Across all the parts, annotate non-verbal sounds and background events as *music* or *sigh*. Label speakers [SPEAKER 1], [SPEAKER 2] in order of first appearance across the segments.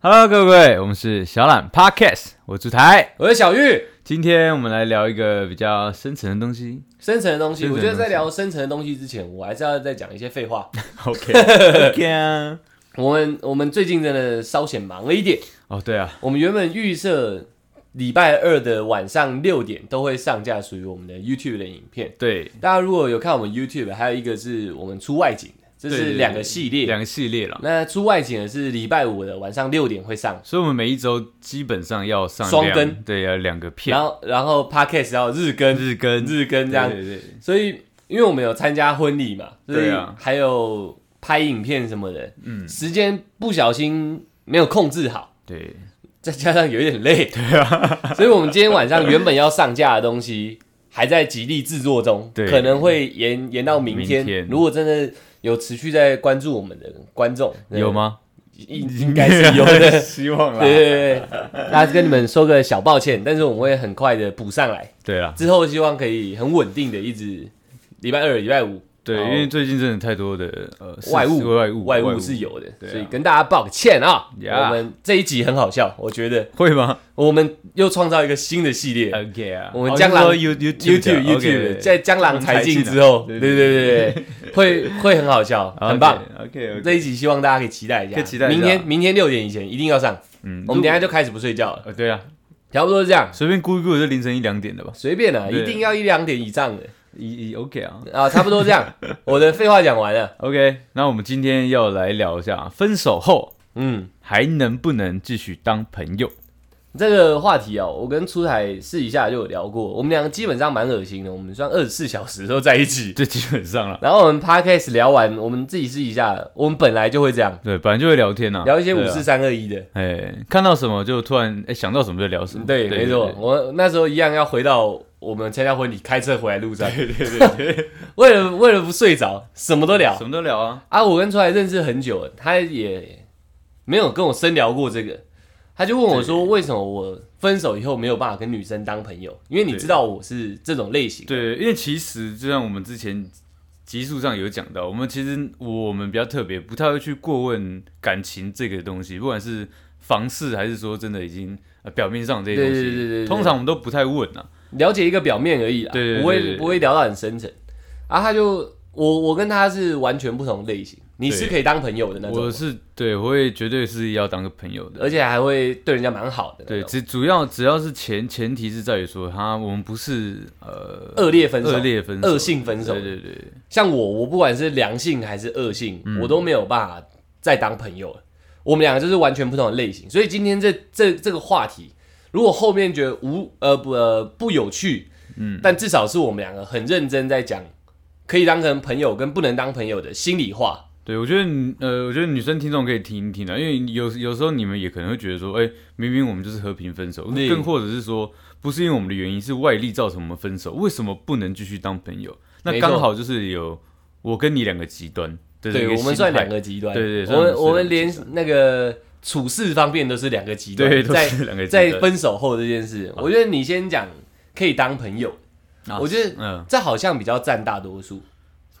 [SPEAKER 1] Hello，各位，我们是小懒 Podcast，我是主台。
[SPEAKER 2] 我是小玉，
[SPEAKER 1] 今天我们来聊一个比较深层的东西。
[SPEAKER 2] 深层的东西，
[SPEAKER 1] 深层的东
[SPEAKER 2] 我
[SPEAKER 1] 西
[SPEAKER 2] 觉得在聊深层的东西之前，我还是要再讲一些废话。 *laughs*
[SPEAKER 1] OK OK 啊。
[SPEAKER 2] 我们我们最近真的稍显忙了一点，
[SPEAKER 1] *laughs* 哦，对啊，
[SPEAKER 2] 我们原本预设礼拜二的晚上六点都会上架属于我们的 YouTube 的影片。
[SPEAKER 1] 对，
[SPEAKER 2] 大家如果有看我们 YouTube，还有一个是我们出外景的，这
[SPEAKER 1] 对对
[SPEAKER 2] 是
[SPEAKER 1] 对
[SPEAKER 2] 两个系列。
[SPEAKER 1] 两个系列了，
[SPEAKER 2] 那出外景的是礼拜五的晚上六点会上，
[SPEAKER 1] 所以我们每一周基本上要上
[SPEAKER 2] 双
[SPEAKER 1] 两
[SPEAKER 2] 更，
[SPEAKER 1] 对，要两个片
[SPEAKER 2] 然，后然后 Podcast 要日更，
[SPEAKER 1] 日更
[SPEAKER 2] 日更这样。
[SPEAKER 1] 对对对，
[SPEAKER 2] 所以因为我们有参加婚礼嘛，所
[SPEAKER 1] 对
[SPEAKER 2] 以
[SPEAKER 1] 啊
[SPEAKER 2] 还有拍影片什么的，嗯，时间不小心没有控制好， *laughs*
[SPEAKER 1] 对
[SPEAKER 2] 再加上有一点累，对啊， *laughs* 所以我们今天晚上原本要上架的东西还在极力制作中，
[SPEAKER 1] 对
[SPEAKER 2] 可能会延延到明天。
[SPEAKER 1] 明天
[SPEAKER 2] 如果真的有持续在关注我们的观众，呃
[SPEAKER 1] 有？吗？
[SPEAKER 2] 应应
[SPEAKER 1] *laughs*
[SPEAKER 2] 该是有的。
[SPEAKER 1] 希望啦
[SPEAKER 2] 对对对，对大家跟你们说个小抱歉，但是我们会很快的补上来。
[SPEAKER 1] 对啊啦，
[SPEAKER 2] 之后希望可以很稳定的一直礼拜二、礼拜五
[SPEAKER 1] 对，
[SPEAKER 2] 好
[SPEAKER 1] 因为最近真的太多的呃事
[SPEAKER 2] 外务
[SPEAKER 1] 外务
[SPEAKER 2] 外物是有的，
[SPEAKER 1] 对啊
[SPEAKER 2] 所以跟大家道个歉啊。
[SPEAKER 1] Yeah
[SPEAKER 2] 我们这一集很好笑，我觉得
[SPEAKER 1] 会吗
[SPEAKER 2] 我们又创造一个新的系列
[SPEAKER 1] ？OK 啊，
[SPEAKER 2] 我们江郎
[SPEAKER 1] 哦你说 You YouTube
[SPEAKER 2] ，YouTube YouTube 在江郎才尽之后，
[SPEAKER 1] 对
[SPEAKER 2] 对
[SPEAKER 1] 对
[SPEAKER 2] 对对对，会会很好笑，很棒。
[SPEAKER 1] OK OK，
[SPEAKER 2] 这一集希望大家可以期待一下，
[SPEAKER 1] 可以期待一下
[SPEAKER 2] 明天明天六点以前一定要上，
[SPEAKER 1] 嗯
[SPEAKER 2] 我们等一下就开始不睡觉了，
[SPEAKER 1] 呃对啊，
[SPEAKER 2] 差不多是这样，
[SPEAKER 1] 随便估一估也是凌晨一两点的吧？
[SPEAKER 2] 随便啦，
[SPEAKER 1] 对
[SPEAKER 2] 一定要一两点以上的
[SPEAKER 1] 一一 OK 啊
[SPEAKER 2] 啊，差不多
[SPEAKER 1] *laughs*
[SPEAKER 2] 这样。我的废话讲完了，
[SPEAKER 1] ，OK。那我们今天要来聊一下，分手后
[SPEAKER 2] 嗯。
[SPEAKER 1] 还能不能继续当朋友？
[SPEAKER 2] 这个话题哦，我跟出台试一下就有聊过，我们两个基本上蛮恶心的，我们算二十四小时都在一起。 *laughs*
[SPEAKER 1] 这基本上了， *laughs*
[SPEAKER 2] 然后我们 podcast 聊完，我们自己试一下，我们本来就会这样，
[SPEAKER 1] 对，本来就会聊天呐、啊，
[SPEAKER 2] 聊一些
[SPEAKER 1] 对
[SPEAKER 2] 五
[SPEAKER 1] 啊
[SPEAKER 2] 四。三二一的。
[SPEAKER 1] 哎、看到什么就突然哎、想到什么就聊什么，
[SPEAKER 2] 对，没错，
[SPEAKER 1] 对
[SPEAKER 2] 我那时候一样要回到我们参加婚礼，开车回来路上， *laughs* 对对对，为了为了不睡着，什么都
[SPEAKER 1] *laughs*
[SPEAKER 2] 聊
[SPEAKER 1] 什么都聊啊。
[SPEAKER 2] 啊。我跟出台认识很久了，他也没有跟我深聊过这个，他就问我说，为什么我分手以后没有办法跟女生当朋友？因为你
[SPEAKER 1] 对
[SPEAKER 2] 知道我是这种类型，
[SPEAKER 1] 对，因为其实就像我们之前集数上有讲到，我们其实我们比较特别，不太会去过问感情这个东西，不管是房事还是说真的已经、呃、表面上这些东西，
[SPEAKER 2] 对对对对对
[SPEAKER 1] 通常我们都不太问啊。
[SPEAKER 2] 了解一个表面而已啦，
[SPEAKER 1] 对对对
[SPEAKER 2] 不
[SPEAKER 1] 对对
[SPEAKER 2] 会不会聊到很深层。啊，他就我我跟他是完全不同类型，你是可以当朋友的那种
[SPEAKER 1] 我
[SPEAKER 2] 吗，
[SPEAKER 1] 是对，我会绝对是要当个朋友的，
[SPEAKER 2] 而且还会对人家蛮好的那
[SPEAKER 1] 对，
[SPEAKER 2] 种。
[SPEAKER 1] 只主要只要是前前提是在于说他我们不是呃
[SPEAKER 2] 恶劣分手，
[SPEAKER 1] 恶劣分手、
[SPEAKER 2] 恶性分手
[SPEAKER 1] 对对对，
[SPEAKER 2] 像我，我不管是良性还是恶性，
[SPEAKER 1] 嗯
[SPEAKER 2] 我都没有办法再当朋友了。我们两个就是完全不同的类型，所以今天这这这个话题，如果后面觉得无呃不呃不有趣，嗯，但至少是我们两个很认真在讲可以当成朋友跟不能当朋友的心里话。
[SPEAKER 1] 对，我觉得你呃，我觉得女生听众可以听一听啊，因为有有时候你们也可能会觉得说，哎、明明我们就是和平分手，
[SPEAKER 2] 对
[SPEAKER 1] 更或者是说，不是因为我们的原因，是外力造成我们分手，为什么不能继续当朋友？那
[SPEAKER 2] 没错
[SPEAKER 1] 刚好就是有我跟你两个极端的这
[SPEAKER 2] 对
[SPEAKER 1] 个
[SPEAKER 2] 我们
[SPEAKER 1] 心态
[SPEAKER 2] 算两个极端，
[SPEAKER 1] 对对
[SPEAKER 2] 我们
[SPEAKER 1] 算
[SPEAKER 2] 我
[SPEAKER 1] 是两
[SPEAKER 2] 们
[SPEAKER 1] 个
[SPEAKER 2] 连
[SPEAKER 1] 极
[SPEAKER 2] 那个处事方面都是两个极端，
[SPEAKER 1] 对都
[SPEAKER 2] 在
[SPEAKER 1] 是两个极
[SPEAKER 2] 在
[SPEAKER 1] 端
[SPEAKER 2] 分手后这件事，我觉得你先讲可以当朋友，
[SPEAKER 1] 啊
[SPEAKER 2] 我觉得
[SPEAKER 1] 嗯，
[SPEAKER 2] 这好像比较占大多数，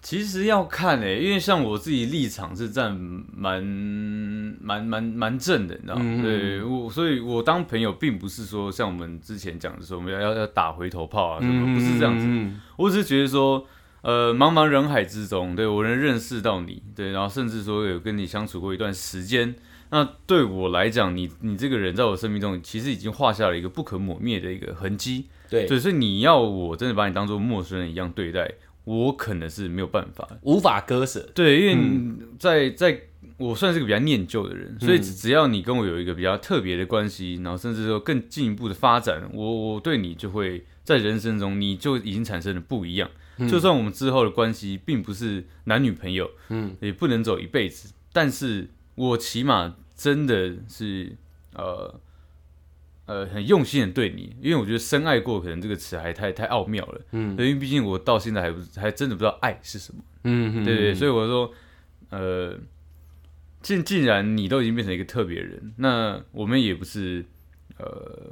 [SPEAKER 1] 其实要看诶、因为像我自己立场是站蛮蛮蛮蛮正的，你知道吗？
[SPEAKER 2] 嗯
[SPEAKER 1] 对我，所以我当朋友并不是说像我们之前讲的说我们要要要打回头炮啊什么，不是这样子。
[SPEAKER 2] 嗯
[SPEAKER 1] 我只是觉得说，呃，茫茫人海之中，对我能认识到你，对，然后甚至说有跟你相处过一段时间，那对我来讲，你你这个人在我生命中其实已经画下了一个不可磨灭的一个痕迹，
[SPEAKER 2] 对，
[SPEAKER 1] 对，所以你要我真的把你当做陌生人一样对待，我可能是没有办法的，
[SPEAKER 2] 无法割舍，
[SPEAKER 1] 对，因为
[SPEAKER 2] 嗯
[SPEAKER 1] 你在在。我算是个比较念旧的人，所以只只要你跟我有一个比较特别的关系，然后甚至说更进一步的发展，我我对你就会在人生中你就已经产生了不一样。就算我们之后的关系并不是男女朋友，
[SPEAKER 2] 嗯，
[SPEAKER 1] 也不能走一辈子，但是我起码真的是呃呃很用心的对你，因为我觉得深爱过可能这个词还太太奥妙了，
[SPEAKER 2] 嗯
[SPEAKER 1] 对因为毕竟我到现在还不还真的不知道爱是什么，
[SPEAKER 2] 嗯
[SPEAKER 1] 对对，所以我说呃。既既然你都已经变成一个特别人，那我们也不是呃，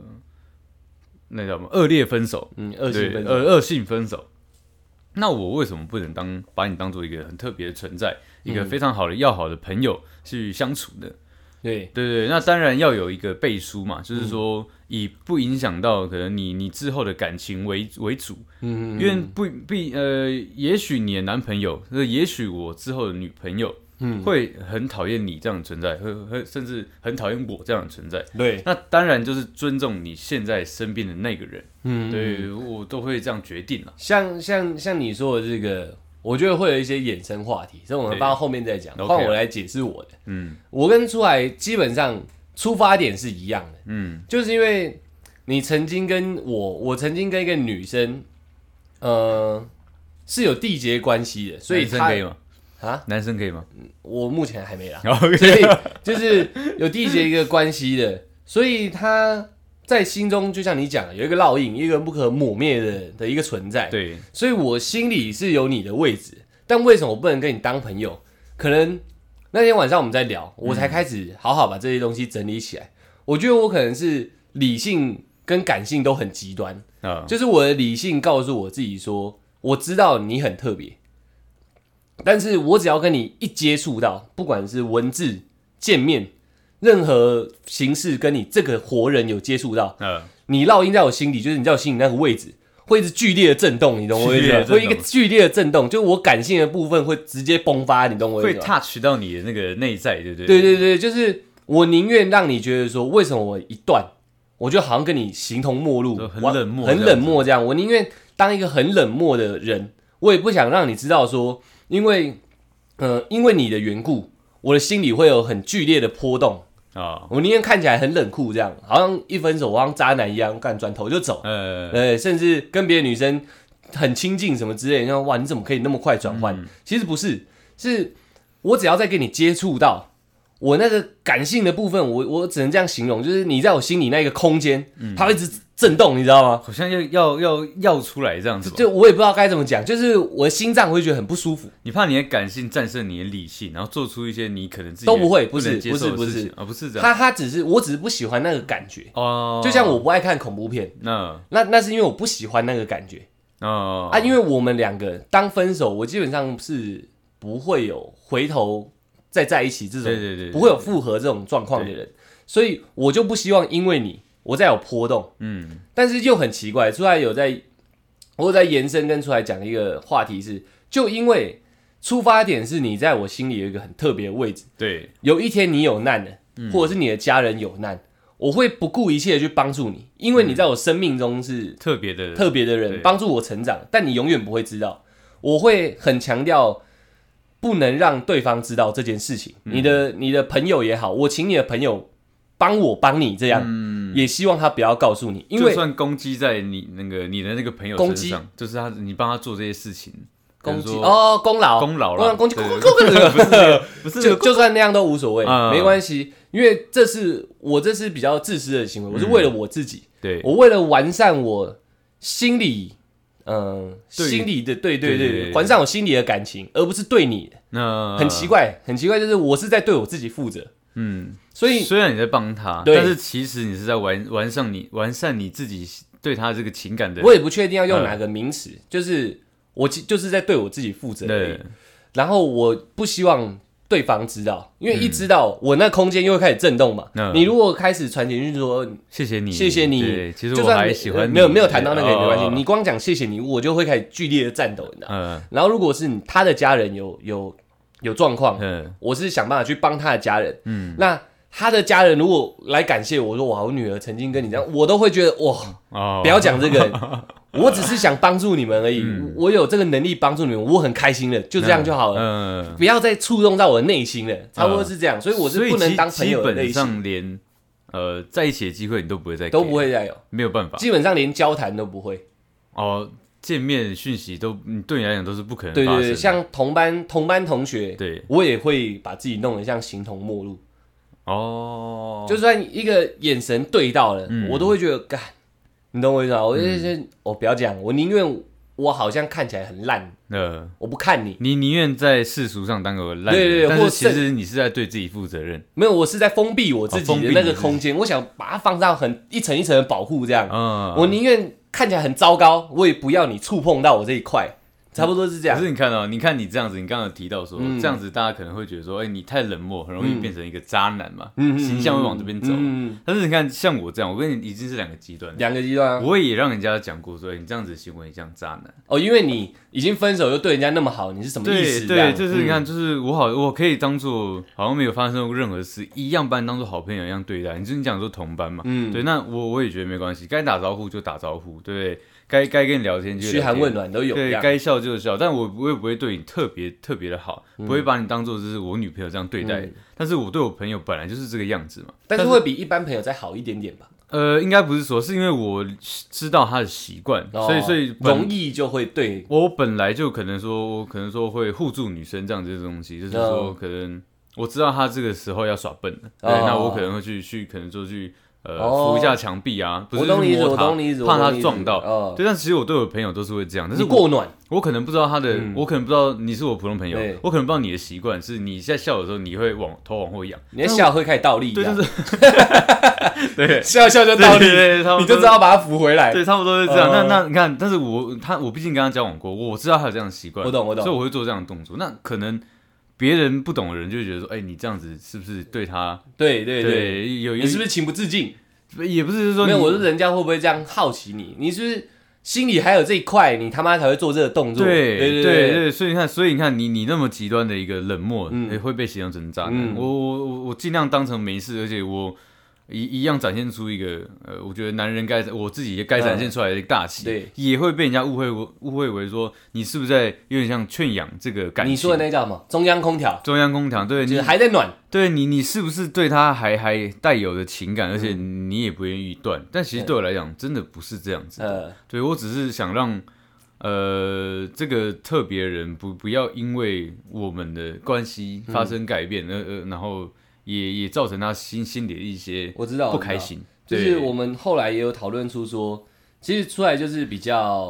[SPEAKER 1] 那叫什么恶劣分手，
[SPEAKER 2] 嗯，恶
[SPEAKER 1] 对，呃
[SPEAKER 2] 性分手，
[SPEAKER 1] 恶恶性分手。那我为什么不能当
[SPEAKER 2] 嗯
[SPEAKER 1] 把你当做一个很特别的存在，一个非常好的要好的朋友去相处呢？
[SPEAKER 2] 对，
[SPEAKER 1] 对对，那当然要有一个背书嘛，
[SPEAKER 2] 嗯
[SPEAKER 1] 就是说以不影响到可能你你之后的感情为为主，
[SPEAKER 2] 嗯，
[SPEAKER 1] 因为不必呃，也许你的男朋友，呃也许我之后的女朋友，
[SPEAKER 2] 嗯
[SPEAKER 1] 会很讨厌你这样的存在，会会甚至很讨厌我这样的存在。
[SPEAKER 2] 对，
[SPEAKER 1] 那当然就是尊重你现在身边的那个人，
[SPEAKER 2] 嗯，
[SPEAKER 1] 对我都会这样决定了。
[SPEAKER 2] 像像像你说的这个，我觉得会有一些衍生话题，这我们
[SPEAKER 1] 对
[SPEAKER 2] 放到后面再讲。
[SPEAKER 1] OK
[SPEAKER 2] 换我来解释我的，
[SPEAKER 1] 嗯
[SPEAKER 2] 我跟出来基本上出发点是一样的，
[SPEAKER 1] 嗯
[SPEAKER 2] 就是因为你曾经跟我，我曾经跟一个女生，呃，是有缔结关系的，所以
[SPEAKER 1] 男生
[SPEAKER 2] 她
[SPEAKER 1] 可以吗？
[SPEAKER 2] 啊，
[SPEAKER 1] 男生可以
[SPEAKER 2] *laughs*
[SPEAKER 1] 吗？
[SPEAKER 2] 我目前还没
[SPEAKER 1] *laughs*
[SPEAKER 2] 啦，
[SPEAKER 1] 然后
[SPEAKER 2] 所以就是有缔结一个关系的，所以她在心中就像你讲的，有一个烙印，一个不可抹灭的的一个存在。
[SPEAKER 1] 对
[SPEAKER 2] 所以我心里是有你的位置，但为什么我不能跟你当朋友？可能那天晚上我们在聊，我才开始好好把这些东西整理起来。我觉得我可能是理性跟感性都很极端，
[SPEAKER 1] 啊，
[SPEAKER 2] 就是我的理性告诉我自己说，我知道你很特别，但是我只要跟你一接触到，不管是文字、见面，任何形式跟你这个活人有接触到，
[SPEAKER 1] 呃，
[SPEAKER 2] 你烙印在我心底，就是你在我心里那个位置会一直剧烈的震动，你懂我意
[SPEAKER 1] 剧
[SPEAKER 2] 思
[SPEAKER 1] 烈
[SPEAKER 2] 吗
[SPEAKER 1] 的？震动
[SPEAKER 2] 会一个剧烈的震动，就是我感性的部分会直接迸发，你懂我意
[SPEAKER 1] 会
[SPEAKER 2] 思吗？
[SPEAKER 1] touch 到你的那个内在，对不对？
[SPEAKER 2] 对对对，就是我宁愿让你觉得说，为什么我一断，我就好像跟你形同陌路
[SPEAKER 1] 就，很
[SPEAKER 2] 完
[SPEAKER 1] 冷漠
[SPEAKER 2] 很
[SPEAKER 1] 这样
[SPEAKER 2] 冷
[SPEAKER 1] 子
[SPEAKER 2] 漠这样。我宁愿当一个很冷漠的人，我也不想让你知道说，因为呃，因为你的缘故，我的心里会有很剧烈的波动。
[SPEAKER 1] 啊，
[SPEAKER 2] 我宁愿看起来很冷酷，这样好像一分手我好像渣男一样，干转头就走。
[SPEAKER 1] 呃，
[SPEAKER 2] 呃，甚至跟别的女生很亲近什么之类的，然后哇，你怎么可以那么快转换？
[SPEAKER 1] 嗯
[SPEAKER 2] 其实不是，是我只要再跟你接触到，我那个感性的部分，我我只能这样形容，就是你在我心里那个空间，
[SPEAKER 1] 嗯
[SPEAKER 2] 它会一直震动，你知道吗？
[SPEAKER 1] 好像要要要要出来这样子吧。
[SPEAKER 2] 就我也不知道该怎么讲，就是我的心脏会觉得很不舒服。
[SPEAKER 1] 你怕你的感性战胜你的理性，然后做出一些你可能自己
[SPEAKER 2] 都不会不
[SPEAKER 1] 不
[SPEAKER 2] 是
[SPEAKER 1] 能接受的
[SPEAKER 2] 不是
[SPEAKER 1] 事情
[SPEAKER 2] 不
[SPEAKER 1] 啊，不是这样
[SPEAKER 2] 它它只是我只是不喜欢那个感觉，
[SPEAKER 1] 哦，
[SPEAKER 2] 就像我不爱看恐怖片，
[SPEAKER 1] 那
[SPEAKER 2] 那那是因为我不喜欢那个感觉。
[SPEAKER 1] 哦
[SPEAKER 2] 啊，因为我们两个当分手，我基本上是不会有回头再在一起这种，
[SPEAKER 1] 对对对对
[SPEAKER 2] 不会有复合这种状况的人，所以我就不希望因为你我再有波动。
[SPEAKER 1] 嗯
[SPEAKER 2] 但是又很奇怪，出来有在，我有在延伸跟出来讲一个话题是，就因为出发点是你在我心里有一个很特别的位置，
[SPEAKER 1] 对
[SPEAKER 2] 有一天你有难了，
[SPEAKER 1] 嗯
[SPEAKER 2] 或者是你的家人有难，我会不顾一切的去帮助你，因为
[SPEAKER 1] 嗯
[SPEAKER 2] 你在我生命中是
[SPEAKER 1] 特别的
[SPEAKER 2] 特别的
[SPEAKER 1] 对
[SPEAKER 2] 人帮助我成长，但你永远不会知道。我会很强调，不能让对方知道这件事情。
[SPEAKER 1] 嗯
[SPEAKER 2] 你的你的朋友也好，我请你的朋友帮我帮你这样，也希望他不要告诉你，因
[SPEAKER 1] 嗯就
[SPEAKER 2] 为
[SPEAKER 1] 算攻击在你那个你的那个朋友
[SPEAKER 2] 攻
[SPEAKER 1] 身
[SPEAKER 2] 击
[SPEAKER 1] 上，就是他你帮他做这些事情，
[SPEAKER 2] 攻击
[SPEAKER 1] 比如说
[SPEAKER 2] 哦功劳
[SPEAKER 1] 功劳
[SPEAKER 2] 功
[SPEAKER 1] 啦，
[SPEAKER 2] 劳攻击
[SPEAKER 1] 对
[SPEAKER 2] 攻击攻击
[SPEAKER 1] 不是那
[SPEAKER 2] *laughs*
[SPEAKER 1] 个不是那
[SPEAKER 2] 就
[SPEAKER 1] 个
[SPEAKER 2] 就算那样都无所谓，
[SPEAKER 1] 嗯
[SPEAKER 2] 没关系，因为这是我这是比较自私的行为，我是为了我自己，
[SPEAKER 1] 嗯对
[SPEAKER 2] 我为了完善我心理，嗯、
[SPEAKER 1] 对
[SPEAKER 2] 心理的对
[SPEAKER 1] 对
[SPEAKER 2] 对对
[SPEAKER 1] 对
[SPEAKER 2] 对，
[SPEAKER 1] 对
[SPEAKER 2] 完善我心里的感情，而不是对你的。
[SPEAKER 1] 那
[SPEAKER 2] 很奇，怪，很奇怪，就是我是在对我自己负责，
[SPEAKER 1] 嗯，
[SPEAKER 2] 所以
[SPEAKER 1] 虽然你在帮他，
[SPEAKER 2] 对
[SPEAKER 1] 但是其实你是在完完善你完善你自己对他这个情感的
[SPEAKER 2] 我也不确定要用
[SPEAKER 1] 嗯
[SPEAKER 2] 哪个名词，就是我其就是在对我自己负责而已
[SPEAKER 1] 对。
[SPEAKER 2] 然后我不希望对方知道，因为一知道，我那空间又会开始震动嘛。
[SPEAKER 1] 嗯
[SPEAKER 2] 你如果开始传简讯说，
[SPEAKER 1] 谢谢你，
[SPEAKER 2] 谢谢你
[SPEAKER 1] 对，其实
[SPEAKER 2] 就
[SPEAKER 1] 我
[SPEAKER 2] 算
[SPEAKER 1] 还
[SPEAKER 2] 没呃
[SPEAKER 1] 喜欢你，
[SPEAKER 2] 没有没有谈到那个也
[SPEAKER 1] 对
[SPEAKER 2] 没关系，。
[SPEAKER 1] 哦
[SPEAKER 2] 你光讲谢谢你，我就会开始剧烈的战斗，你知道吗。
[SPEAKER 1] 嗯
[SPEAKER 2] 然后如果是你他的家人有有有状况，
[SPEAKER 1] 嗯
[SPEAKER 2] 我是想办法去帮他的家人。嗯，那他的家人如果来感谢我说哇，我女儿曾经跟你这
[SPEAKER 1] 嗯
[SPEAKER 2] 样，我都会觉得哇，
[SPEAKER 1] 哦，
[SPEAKER 2] 不要讲这个，我只是想帮助你们而已，我有这个能力帮助你们，我很开心了，就这样就好了。
[SPEAKER 1] 嗯，
[SPEAKER 2] 不要再触动到我的内心了，差不多是这样，所以我
[SPEAKER 1] 所
[SPEAKER 2] 是
[SPEAKER 1] 以
[SPEAKER 2] 不能
[SPEAKER 1] 基
[SPEAKER 2] 当朋友
[SPEAKER 1] 基
[SPEAKER 2] 的类
[SPEAKER 1] 本
[SPEAKER 2] 型，
[SPEAKER 1] 上连呃在一起的机会你都不会再给
[SPEAKER 2] 都不，会再有，
[SPEAKER 1] 没有办法
[SPEAKER 2] 基本上连交谈都不会。
[SPEAKER 1] 哦。见面讯息都你对你来讲都是不可能
[SPEAKER 2] 对
[SPEAKER 1] 发
[SPEAKER 2] 对
[SPEAKER 1] 生的。
[SPEAKER 2] 对，像同班同班同学，
[SPEAKER 1] 对
[SPEAKER 2] 我也会把自己弄得像形同陌路，
[SPEAKER 1] 哦，
[SPEAKER 2] 就算一个眼神对到了，
[SPEAKER 1] 嗯
[SPEAKER 2] 我都会觉得干，你懂我意思吗？我就是、我不要这样，我宁愿我好像看起来很烂，
[SPEAKER 1] 呃，
[SPEAKER 2] 我不看你，
[SPEAKER 1] 你宁愿在世俗上当个烂人，
[SPEAKER 2] 对对对
[SPEAKER 1] 但
[SPEAKER 2] 或
[SPEAKER 1] 是
[SPEAKER 2] 甚
[SPEAKER 1] 其实你是在对自己负责任。
[SPEAKER 2] 没有，我是在封闭我自
[SPEAKER 1] 哦封
[SPEAKER 2] 己
[SPEAKER 1] 闭你
[SPEAKER 2] 的那个
[SPEAKER 1] 自己
[SPEAKER 2] 空间，我想把它放上很一层一层的保护，这样，
[SPEAKER 1] 嗯，
[SPEAKER 2] 我宁愿看起来很糟糕，我也不要你触碰到我这一块，差不多是
[SPEAKER 1] 可
[SPEAKER 2] 这样。
[SPEAKER 1] 是你看到、你看你这样子，你刚刚有提到说、
[SPEAKER 2] 嗯
[SPEAKER 1] 这样子，大家可能会觉得说，哎、你太冷漠，很容易
[SPEAKER 2] 嗯
[SPEAKER 1] 变成一个渣男嘛，
[SPEAKER 2] 嗯嗯嗯
[SPEAKER 1] 形象会往这边走。
[SPEAKER 2] 嗯，
[SPEAKER 1] 但是你看，像我这样，我跟你已经是两个极端了。
[SPEAKER 2] 两个极端啊。
[SPEAKER 1] 我也让人家讲过说，哎、你这样子的行为像渣男。
[SPEAKER 2] 哦，因为你已经分手又对人家那么好，你是什么意
[SPEAKER 1] 对
[SPEAKER 2] 思？这样
[SPEAKER 1] 对，就是你看，，就是我好，我可以当做好像没有发生过任何事，一样把你当做好朋友一样对待。你就是你讲说同班嘛，
[SPEAKER 2] 嗯，
[SPEAKER 1] 对，那我我也觉得没关系，该打招呼就打招呼，对不对？该该跟你聊天就
[SPEAKER 2] 嘘
[SPEAKER 1] 聊
[SPEAKER 2] 寒
[SPEAKER 1] 天
[SPEAKER 2] 问暖都有。这
[SPEAKER 1] 对，
[SPEAKER 2] 样
[SPEAKER 1] 该笑就笑，但我我也不会对你特别特别的好，不会把你当做就是我女朋友这样对待。
[SPEAKER 2] 嗯
[SPEAKER 1] 但是我对我朋友本来就是这个样子嘛。
[SPEAKER 2] 但是会比一般朋友再好一点点吧。
[SPEAKER 1] 呃，应该不是说，是因为我知道他的习惯，
[SPEAKER 2] 哦
[SPEAKER 1] 所以所以本
[SPEAKER 2] 容易就会对，
[SPEAKER 1] 我本来就可能说，我可能说会互助女生这样子的东西，就是说可能我知道他这个时候要耍笨了，对，
[SPEAKER 2] 哦
[SPEAKER 1] 那我可能会去去可能就去呃
[SPEAKER 2] 哦
[SPEAKER 1] 扶一下墙壁啊，不是
[SPEAKER 2] 我懂你
[SPEAKER 1] 去
[SPEAKER 2] 意思，
[SPEAKER 1] 摸
[SPEAKER 2] 我
[SPEAKER 1] 他
[SPEAKER 2] 懂你意
[SPEAKER 1] 怕
[SPEAKER 2] 思，，我
[SPEAKER 1] 他
[SPEAKER 2] 懂你意思
[SPEAKER 1] 撞到。
[SPEAKER 2] 哦，
[SPEAKER 1] 对，但其实我对我的朋友都是会这样，但
[SPEAKER 2] 你
[SPEAKER 1] 是我
[SPEAKER 2] 过暖，
[SPEAKER 1] 我可能不知道他的，
[SPEAKER 2] 嗯
[SPEAKER 1] 我可能不知道你是我普通朋友
[SPEAKER 2] 对，
[SPEAKER 1] 我可能不知道你的习惯是你在笑的时候你会往头往后仰，
[SPEAKER 2] 你的笑会开始倒立，
[SPEAKER 1] 对，
[SPEAKER 2] 这
[SPEAKER 1] 就
[SPEAKER 2] 样
[SPEAKER 1] 是对，
[SPEAKER 2] 笑笑就倒
[SPEAKER 1] 对对
[SPEAKER 2] 立，
[SPEAKER 1] 对，差不多
[SPEAKER 2] 你就知道把它扶回来。
[SPEAKER 1] 对，差不多是这样。
[SPEAKER 2] 呃
[SPEAKER 1] 那那你看，但是我他我毕竟跟他交往过，我知道他有这样的习惯，
[SPEAKER 2] 我懂我懂
[SPEAKER 1] 所以我会做这样的动作。那可能别人不懂的人就会觉得说，哎、你这样子是不是对他？
[SPEAKER 2] 对对对，
[SPEAKER 1] 对，有
[SPEAKER 2] 你是
[SPEAKER 1] 不
[SPEAKER 2] 不是情不自禁？
[SPEAKER 1] 是也不是说
[SPEAKER 2] 没有，
[SPEAKER 1] 你
[SPEAKER 2] 我说人家会不会这样好奇你？你是不是心里还有这一块，你他妈才会做这个动作？
[SPEAKER 1] 对
[SPEAKER 2] 对
[SPEAKER 1] 对
[SPEAKER 2] 对，
[SPEAKER 1] 所以你看，所以你看，你你那么极端的一个冷漠，也会被形容成渣男。
[SPEAKER 2] 嗯
[SPEAKER 1] 我我我我尽量当成没事，而且我一一样展现出一个呃，我觉得男人该我自己也该展现出来的一个大气，
[SPEAKER 2] 嗯对，
[SPEAKER 1] 也会被人家误会我误会为说你是不是在有点像圈养这个感情？
[SPEAKER 2] 你说的那叫什么？中央空调，
[SPEAKER 1] 中央空调，对
[SPEAKER 2] 就是
[SPEAKER 1] 你
[SPEAKER 2] 还在暖。
[SPEAKER 1] 对你你是不是对他还还带有的情感，而且
[SPEAKER 2] 嗯
[SPEAKER 1] 你也不愿意断？但其实对我来讲，真的不是这样子。
[SPEAKER 2] 呃，
[SPEAKER 1] 对我只是想让呃这个特别人不不要因为我们的关系发生改
[SPEAKER 2] 嗯
[SPEAKER 1] 变，呃呃，然后也也造成他心心里的一些
[SPEAKER 2] 我知道
[SPEAKER 1] 不开，心，
[SPEAKER 2] 我知道就
[SPEAKER 1] 对
[SPEAKER 2] 是我们后来也有讨论出说，其实出来就是比较，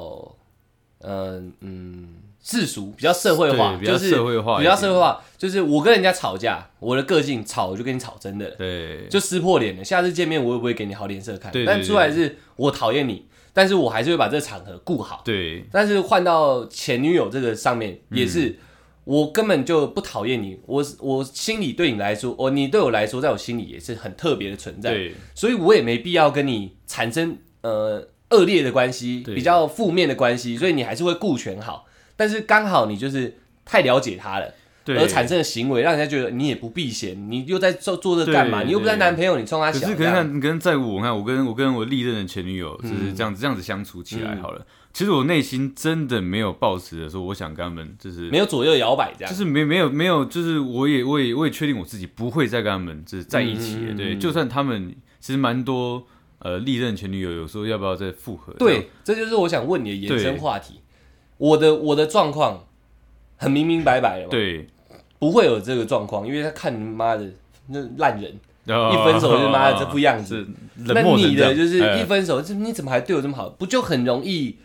[SPEAKER 2] 呃嗯，世俗，比较社会化，
[SPEAKER 1] 对比较
[SPEAKER 2] 就是
[SPEAKER 1] 社会化一
[SPEAKER 2] 比
[SPEAKER 1] 点
[SPEAKER 2] 较社会化。就是我跟人家吵架，我的个性吵我就跟你吵真的了，
[SPEAKER 1] 对
[SPEAKER 2] 就撕破脸了。下次见面我也不会给你好脸色看。
[SPEAKER 1] 对对
[SPEAKER 2] 但
[SPEAKER 1] 对
[SPEAKER 2] 出来是我讨厌你，但是我还是会把这个场合顾好。
[SPEAKER 1] 对
[SPEAKER 2] 但是换到前女友这个上面，也是、
[SPEAKER 1] 嗯
[SPEAKER 2] 我根本就不讨厌你，我我心里对你来说，哦，你对我来说，在我心里也是很特别的存在，
[SPEAKER 1] 对
[SPEAKER 2] 所以我也没必要跟你产生呃恶劣的关系，
[SPEAKER 1] 对
[SPEAKER 2] 比较负面的关系，所以你还是会顾全好。但是刚好你就是太了解他了，
[SPEAKER 1] 对，
[SPEAKER 2] 而产生的行为，让人家觉得你也不避嫌，你又在做做这干嘛？
[SPEAKER 1] 对
[SPEAKER 2] 你又不是
[SPEAKER 1] 对
[SPEAKER 2] 男朋友，你冲他
[SPEAKER 1] 可
[SPEAKER 2] 小
[SPEAKER 1] 是，
[SPEAKER 2] 这
[SPEAKER 1] 可是
[SPEAKER 2] 样，
[SPEAKER 1] 看，可能在我，看我跟我跟我历任的前女
[SPEAKER 2] 嗯
[SPEAKER 1] 友就是这样子、这样子相处起来好了。其实我内心真的没有抱持着说我想跟他们就是
[SPEAKER 2] 没有左右摇摆这样
[SPEAKER 1] 就。是没没有没有，就是我也我也我也确定我自己不会再跟他们就是在一起了。
[SPEAKER 2] 嗯嗯嗯
[SPEAKER 1] 对，
[SPEAKER 2] 嗯
[SPEAKER 1] 就算他们其实蛮多呃历任前女友有说要不要再复合，
[SPEAKER 2] 对，这就是我想问你的延伸
[SPEAKER 1] 对
[SPEAKER 2] 话题。我的我的状况很明明白白了嘛，
[SPEAKER 1] 对，
[SPEAKER 2] 不会有这个状况，因为他看你妈的那烂人，
[SPEAKER 1] 一
[SPEAKER 2] 一分手就妈的这副样子
[SPEAKER 1] 哦啊 *laughs* 是。冷漠
[SPEAKER 2] 那
[SPEAKER 1] 成
[SPEAKER 2] 你
[SPEAKER 1] 这
[SPEAKER 2] 的
[SPEAKER 1] 样
[SPEAKER 2] 就是
[SPEAKER 1] 哎
[SPEAKER 2] 一分手，这你怎么还对我这么好？不就很容易？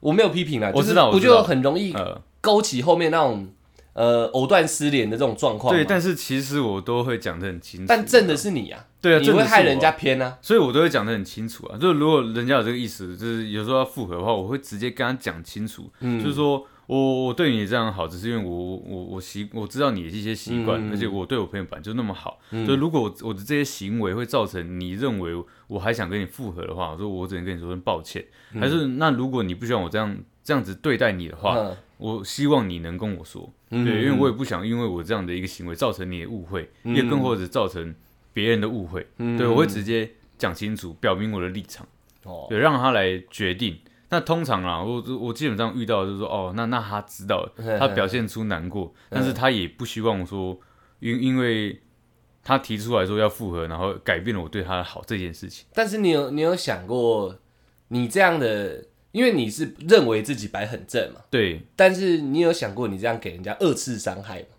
[SPEAKER 2] 我没有批评啊，
[SPEAKER 1] 我
[SPEAKER 2] 就是
[SPEAKER 1] 知道我
[SPEAKER 2] 不
[SPEAKER 1] 知道
[SPEAKER 2] 就很容易
[SPEAKER 1] 呃
[SPEAKER 2] 勾起后面那种呃藕断丝连的这种状况吗？
[SPEAKER 1] 对，但是其实我都会讲的很清楚，
[SPEAKER 2] 但正的是你啊，
[SPEAKER 1] 对啊，
[SPEAKER 2] 你
[SPEAKER 1] 正
[SPEAKER 2] 会
[SPEAKER 1] 的是
[SPEAKER 2] 害
[SPEAKER 1] 我
[SPEAKER 2] 人
[SPEAKER 1] 啊
[SPEAKER 2] 家偏啊。
[SPEAKER 1] 所以我都会讲得很清楚啊。就是如果人家有这个意思，就是有时候要复合的话，我会直接跟他讲清楚，
[SPEAKER 2] 嗯
[SPEAKER 1] 就是说我我对你这样好，只是因为我我我我习我知道你的一些习惯，
[SPEAKER 2] 嗯
[SPEAKER 1] 而且我对我朋友本来就那么好，所以如果我我的这些行为会造成你认为我还想跟你复合的话，我说我只能跟你说声抱歉，还是那如果你不喜欢我这样这样子对待你的话，
[SPEAKER 2] 嗯，
[SPEAKER 1] 我希望你能跟我说，
[SPEAKER 2] 嗯
[SPEAKER 1] 对，因为我也不想因为我这样的一个行为造成你的误会，也更或者造成别人的误会，
[SPEAKER 2] 嗯
[SPEAKER 1] 对我会直接讲清楚，表明我的立场，
[SPEAKER 2] 哦，
[SPEAKER 1] 对，让他来决定。那通常啊，我我基本上遇到的就是说，哦，那那他知道了，他表现出难过，但是他也不希望说，因因为他提出来说要复合，然后改变了我对他的好这件事情。
[SPEAKER 2] 但是你有你有想过，你这样的，因为你是认为自己摆很正嘛，
[SPEAKER 1] 对，
[SPEAKER 2] 但是你有想过你这样给人家二次伤害吗？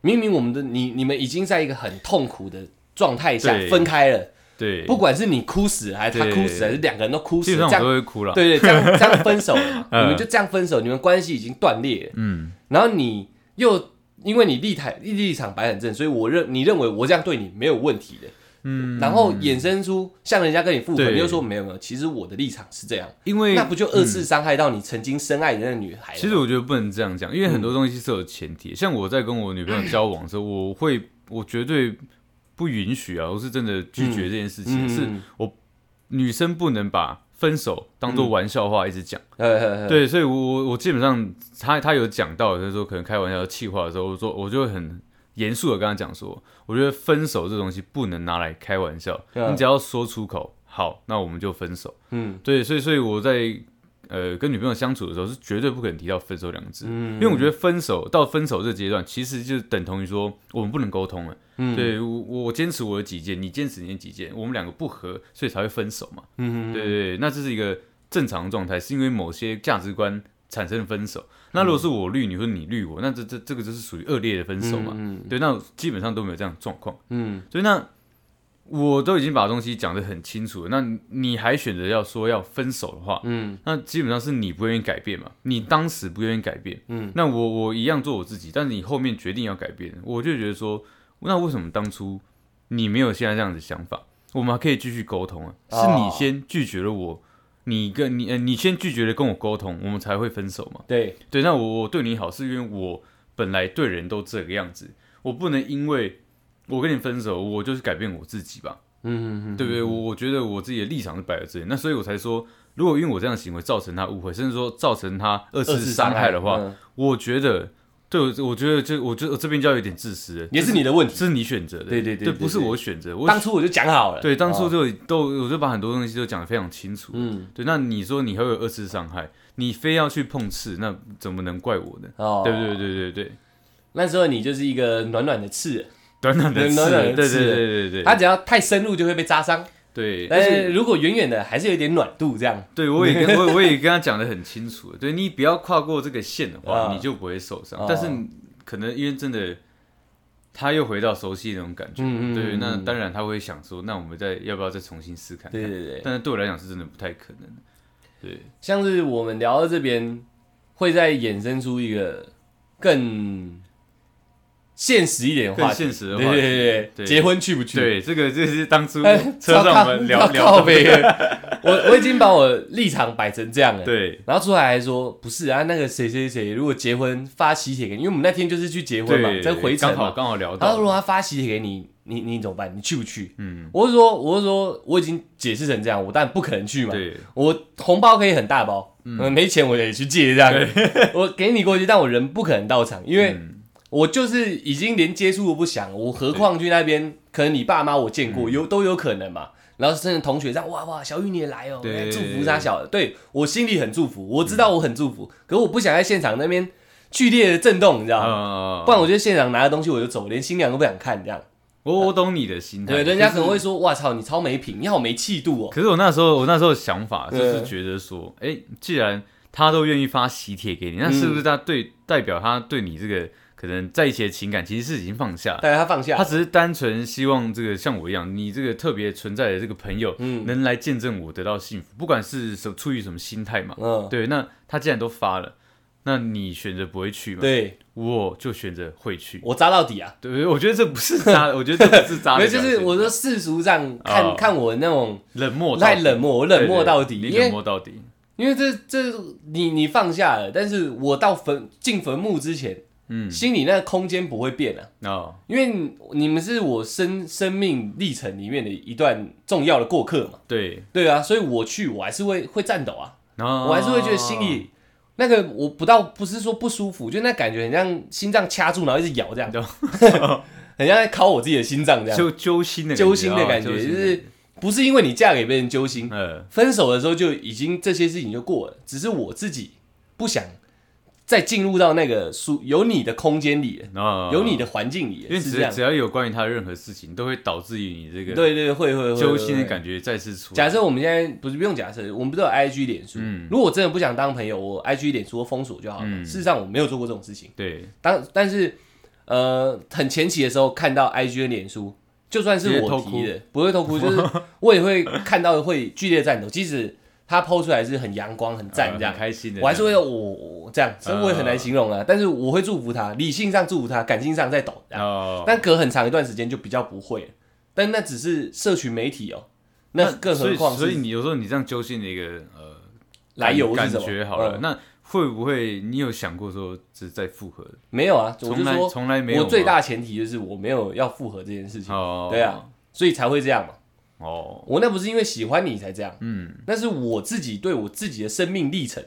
[SPEAKER 2] 明明我们的你你们已经在一个很痛苦的状态下
[SPEAKER 1] 对
[SPEAKER 2] 分开了，
[SPEAKER 1] 对，
[SPEAKER 2] 不管是你哭死还是他
[SPEAKER 1] 对
[SPEAKER 2] 哭死，还是两个人都哭
[SPEAKER 1] 基
[SPEAKER 2] 死，
[SPEAKER 1] 本上
[SPEAKER 2] 这
[SPEAKER 1] 我
[SPEAKER 2] 样
[SPEAKER 1] 都会哭了。
[SPEAKER 2] 对对，这样这样分手了嘛，
[SPEAKER 1] *laughs* 嗯
[SPEAKER 2] 你们就这样分手，你们关系已经断裂了。
[SPEAKER 1] 嗯，
[SPEAKER 2] 然后你又因为你立台立立场摆很正，所以我认你认为我这样对你没有问题的，嗯，然后衍生出像人家跟你复合，
[SPEAKER 1] 对
[SPEAKER 2] 你就说没有没有，其实我的立场是这样，
[SPEAKER 1] 因为
[SPEAKER 2] 那不就二次伤害到你曾经深爱的那个女孩了？
[SPEAKER 1] 其实我觉得不能这样讲，因为很
[SPEAKER 2] 嗯
[SPEAKER 1] 多东西是有前提的。像我在跟我女朋友交往的时候，我会我绝对不允许啊，我是真的拒绝这件事情，
[SPEAKER 2] 嗯
[SPEAKER 1] 是女生不能把分手当
[SPEAKER 2] 嗯
[SPEAKER 1] 做玩笑话一直讲。
[SPEAKER 2] 呃呃呃
[SPEAKER 1] 对，所以我我我基本上他他有讲到，就是说可能开玩笑气话的时候，我说我就会很严肃的跟他讲说，我觉得分手这东西不能拿来开玩笑，
[SPEAKER 2] 对啊
[SPEAKER 1] 你只要说出口，好，那我们就分手。
[SPEAKER 2] 嗯
[SPEAKER 1] 对，所以所以我在呃跟女朋友相处的时候，是绝对不可能提到分手两个字，
[SPEAKER 2] 嗯
[SPEAKER 1] 因为我觉得分手到分手这个阶段，其实就等同于说我们不能沟通了。
[SPEAKER 2] 嗯
[SPEAKER 1] 对我我坚持我的己见，你坚持你的己见，我们两个不合，所以才会分手嘛。
[SPEAKER 2] 嗯，
[SPEAKER 1] 对对，对那这是一个正常的状态，是因为某些价值观产生了分手。
[SPEAKER 2] 嗯
[SPEAKER 1] 那如果是我绿你或者你绿我，那这这这个就是属于恶劣的分手嘛？
[SPEAKER 2] 嗯
[SPEAKER 1] 对，那基本上都没有这样的状况。
[SPEAKER 2] 嗯
[SPEAKER 1] 所以那我都已经把东西讲得很清楚了，那你你还选择要说要分手的话，
[SPEAKER 2] 嗯，
[SPEAKER 1] 那基本上是你不愿意改变嘛，你当时不愿意改变，
[SPEAKER 2] 嗯，
[SPEAKER 1] 那我我一样做我自己，但是你后面决定要改变，我就觉得说，那为什么当初你没有现在这样子的想法？我们还可以继续沟通啊，是你
[SPEAKER 2] 哦
[SPEAKER 1] 先拒绝了我，你跟你呃你先拒绝了跟我沟通，我们才会分手嘛。
[SPEAKER 2] 对，
[SPEAKER 1] 对，那我我对你好是因为我本来对人都这个样子，我不能因为我跟你分手，我就是改变我自己吧，
[SPEAKER 2] 嗯嗯
[SPEAKER 1] 对不对？我我觉得我自己的立场是摆在这里，那所以我才说，如果因为我这样的行为造成他误会，甚至说造成他二次伤害的话，，
[SPEAKER 2] 嗯
[SPEAKER 1] 我觉得对我我觉得这我觉得我这边就要有点自私了，
[SPEAKER 2] 也是你的问题。
[SPEAKER 1] 是你选择的，
[SPEAKER 2] 对对对
[SPEAKER 1] 对
[SPEAKER 2] 对
[SPEAKER 1] 不是
[SPEAKER 2] 对
[SPEAKER 1] 我选择，我
[SPEAKER 2] 当初我就讲好了，
[SPEAKER 1] 对当初
[SPEAKER 2] 哦
[SPEAKER 1] 就都我就把很多东西都讲得非常清楚，
[SPEAKER 2] 嗯
[SPEAKER 1] 对，那你说你还会有二次伤害，你非要去碰刺，那怎么能怪我呢？
[SPEAKER 2] 哦，
[SPEAKER 1] 对对，对对对，
[SPEAKER 2] 那时候你就是一个暖暖的刺人，
[SPEAKER 1] 短短的
[SPEAKER 2] 对
[SPEAKER 1] 刺，
[SPEAKER 2] 短短的
[SPEAKER 1] 对
[SPEAKER 2] 刺
[SPEAKER 1] 对对对对，
[SPEAKER 2] 它只要太深入就会被扎伤，
[SPEAKER 1] 对，而
[SPEAKER 2] 但
[SPEAKER 1] 且
[SPEAKER 2] 是如果远远的还是有点暖度这样。
[SPEAKER 1] 对我也跟我我也跟他讲的很清楚，对你不要跨过这个线的话，
[SPEAKER 2] 啊
[SPEAKER 1] 你就不会受伤
[SPEAKER 2] 啊。
[SPEAKER 1] 但是可能因为真的，他又回到熟悉那种感觉，
[SPEAKER 2] 嗯
[SPEAKER 1] 对，那当然他会想说，那我们再要不要再重新试看
[SPEAKER 2] 对
[SPEAKER 1] 看？
[SPEAKER 2] 对对，
[SPEAKER 1] 但是对我来讲是真的不太可能的，对，
[SPEAKER 2] 像是我们聊到这边，会再衍生出一个更现实一点的
[SPEAKER 1] 更
[SPEAKER 2] 话题，
[SPEAKER 1] 现实的
[SPEAKER 2] 对
[SPEAKER 1] 话
[SPEAKER 2] 对
[SPEAKER 1] 题。
[SPEAKER 2] 对对，
[SPEAKER 1] 对
[SPEAKER 2] 结婚去不去？
[SPEAKER 1] 对，这个这是当初
[SPEAKER 2] 哎，
[SPEAKER 1] 车上我们聊聊
[SPEAKER 2] 到
[SPEAKER 1] 的，
[SPEAKER 2] 北，我我已经把我立场摆成这样了。
[SPEAKER 1] 对
[SPEAKER 2] 然后出来还说不是啊，那个谁谁谁如果结婚发喜帖给你，因为我们那天就是去结婚嘛，
[SPEAKER 1] 对，
[SPEAKER 2] 在回程
[SPEAKER 1] 刚好
[SPEAKER 2] 嘛。
[SPEAKER 1] 刚好聊
[SPEAKER 2] 然后
[SPEAKER 1] 到，
[SPEAKER 2] 如果他发喜帖给你，你你怎么办？你去不去？
[SPEAKER 1] 嗯，
[SPEAKER 2] 我是说，我是说，我已经解释成这样，我当然不可能去嘛。
[SPEAKER 1] 对，
[SPEAKER 2] 我红包可以很大包，嗯，没钱我也去借这样。 *laughs* 我给你过去，但我人不可能到场，因为
[SPEAKER 1] 嗯
[SPEAKER 2] 我就是已经连接触都不想，我何况去那边，可能你爸妈我见
[SPEAKER 1] 嗯
[SPEAKER 2] 过，有都有可能嘛。然后甚至同学在哇哇，小雨你也来哦，
[SPEAKER 1] 对嗯
[SPEAKER 2] 哎祝福他小的，对我心里很祝福，我知道我很祝福，可我不想在现场那边剧烈的震动，你知道吗？
[SPEAKER 1] 呃
[SPEAKER 2] 不然我觉得现场拿的东西我就走，连新娘都不想看这样。
[SPEAKER 1] 我我懂你的心态，
[SPEAKER 2] 对，人家
[SPEAKER 1] 就
[SPEAKER 2] 可
[SPEAKER 1] 是
[SPEAKER 2] 能会说哇操，你超没品，你好没气度哦。
[SPEAKER 1] 可是我那时候，我那时候的想法就
[SPEAKER 2] 对
[SPEAKER 1] 是觉得说，哎、既然他都愿意发喜帖给你，
[SPEAKER 2] 嗯
[SPEAKER 1] 那是不是他对、代表他对你这个可能在一起的情感其实是已经放下了？
[SPEAKER 2] 但是他放下
[SPEAKER 1] 他，只是单纯希望这个像我一样，你这个特别存在的这个朋友，
[SPEAKER 2] 嗯
[SPEAKER 1] 能来见证我得到幸福，不管是什出于什么心态嘛。
[SPEAKER 2] 嗯，
[SPEAKER 1] 对，那他既然都发了，那你选择不会去嘛？
[SPEAKER 2] 对
[SPEAKER 1] 我就选择会去。
[SPEAKER 2] 我扎到底啊。
[SPEAKER 1] 对，我觉得这不是渣，我觉得这不是渣
[SPEAKER 2] *laughs* 没
[SPEAKER 1] 的
[SPEAKER 2] 有，
[SPEAKER 1] 表
[SPEAKER 2] 就
[SPEAKER 1] 现，
[SPEAKER 2] 是我说世俗上看、
[SPEAKER 1] 哦
[SPEAKER 2] 看我那种
[SPEAKER 1] 冷漠到底，
[SPEAKER 2] 太冷漠，我
[SPEAKER 1] 对，
[SPEAKER 2] 冷漠
[SPEAKER 1] 对
[SPEAKER 2] 到底，
[SPEAKER 1] 你
[SPEAKER 2] 因
[SPEAKER 1] 冷
[SPEAKER 2] 为
[SPEAKER 1] 漠到底，
[SPEAKER 2] 因为这这你你放下了，但是我到坟进坟墓之前，
[SPEAKER 1] 嗯，
[SPEAKER 2] 心里那个空间不会变啊，
[SPEAKER 1] 哦，
[SPEAKER 2] 因为你你们是我生生命历程里面的一段重要的过客嘛，
[SPEAKER 1] 对，
[SPEAKER 2] 对啊，所以我去我还是会会颤抖啊，
[SPEAKER 1] 然后
[SPEAKER 2] 我还是会觉得心里。
[SPEAKER 1] 哦
[SPEAKER 2] 那个我不到不是说不舒服，就那感觉很像心脏掐住，然后一直咬
[SPEAKER 1] *laughs*
[SPEAKER 2] 这样，很像在敲我自己的心脏这样，
[SPEAKER 1] 就揪心的
[SPEAKER 2] 揪心的感
[SPEAKER 1] 啊揪
[SPEAKER 2] 觉，
[SPEAKER 1] 心
[SPEAKER 2] 就
[SPEAKER 1] 的
[SPEAKER 2] 是不是因为你嫁给别人揪心，
[SPEAKER 1] 呃，
[SPEAKER 2] 分手的时候就已经这些事情就过了，只是我自己不想再进入到那个属有你的空间里了，
[SPEAKER 1] 啊
[SPEAKER 2] 有你，的环境里
[SPEAKER 1] 因
[SPEAKER 2] 了，
[SPEAKER 1] 为
[SPEAKER 2] 是
[SPEAKER 1] 只
[SPEAKER 2] 这样
[SPEAKER 1] 只。要有关于他的任何事情，都会导致于你这
[SPEAKER 2] 对
[SPEAKER 1] 个
[SPEAKER 2] 对对，会会会
[SPEAKER 1] 揪心的
[SPEAKER 2] 觉。
[SPEAKER 1] 感觉再次出来。
[SPEAKER 2] 假设我们现在不是不用假设，我们不都有 IG 脸书？
[SPEAKER 1] 嗯
[SPEAKER 2] 如果我真的不想当朋友，我 IG 脸书封锁就好了。
[SPEAKER 1] 嗯
[SPEAKER 2] 事实上我没有做过这种事情，
[SPEAKER 1] 对，
[SPEAKER 2] 当但是呃很前期的时候看到 IG 跟脸书，就算是我提
[SPEAKER 1] 直接
[SPEAKER 2] 的，不会偷
[SPEAKER 1] *laughs*
[SPEAKER 2] 哭，就是我也会看到会剧烈战斗，即使他抛出来是很阳光很赞
[SPEAKER 1] 呃
[SPEAKER 2] 这样
[SPEAKER 1] 很。开心的，
[SPEAKER 2] 我还是会我我这样，所以我也很难形容啊。但是我会祝福他，理性上祝福他，感性上在抖。啊
[SPEAKER 1] 哦，
[SPEAKER 2] 但隔很长一段时间就比较不会了，但那只是社群媒体哦，那更何况
[SPEAKER 1] 所以所以
[SPEAKER 2] 是
[SPEAKER 1] 你有时候你这样揪心的一个呃
[SPEAKER 2] 来由
[SPEAKER 1] 感
[SPEAKER 2] 是什么？
[SPEAKER 1] 觉好了，
[SPEAKER 2] 嗯
[SPEAKER 1] 那会不会你有想过说是在复合？
[SPEAKER 2] 没有啊，我
[SPEAKER 1] 从
[SPEAKER 2] 就
[SPEAKER 1] 来
[SPEAKER 2] 说
[SPEAKER 1] 从来没有吗。
[SPEAKER 2] 我最大前提就是我没有要复合这件事情，
[SPEAKER 1] 哦，
[SPEAKER 2] 对啊，所以才会这样嘛。
[SPEAKER 1] 哦，
[SPEAKER 2] 我那不是因为喜欢你才这样，
[SPEAKER 1] 嗯，
[SPEAKER 2] 那是我自己对我自己的生命历程，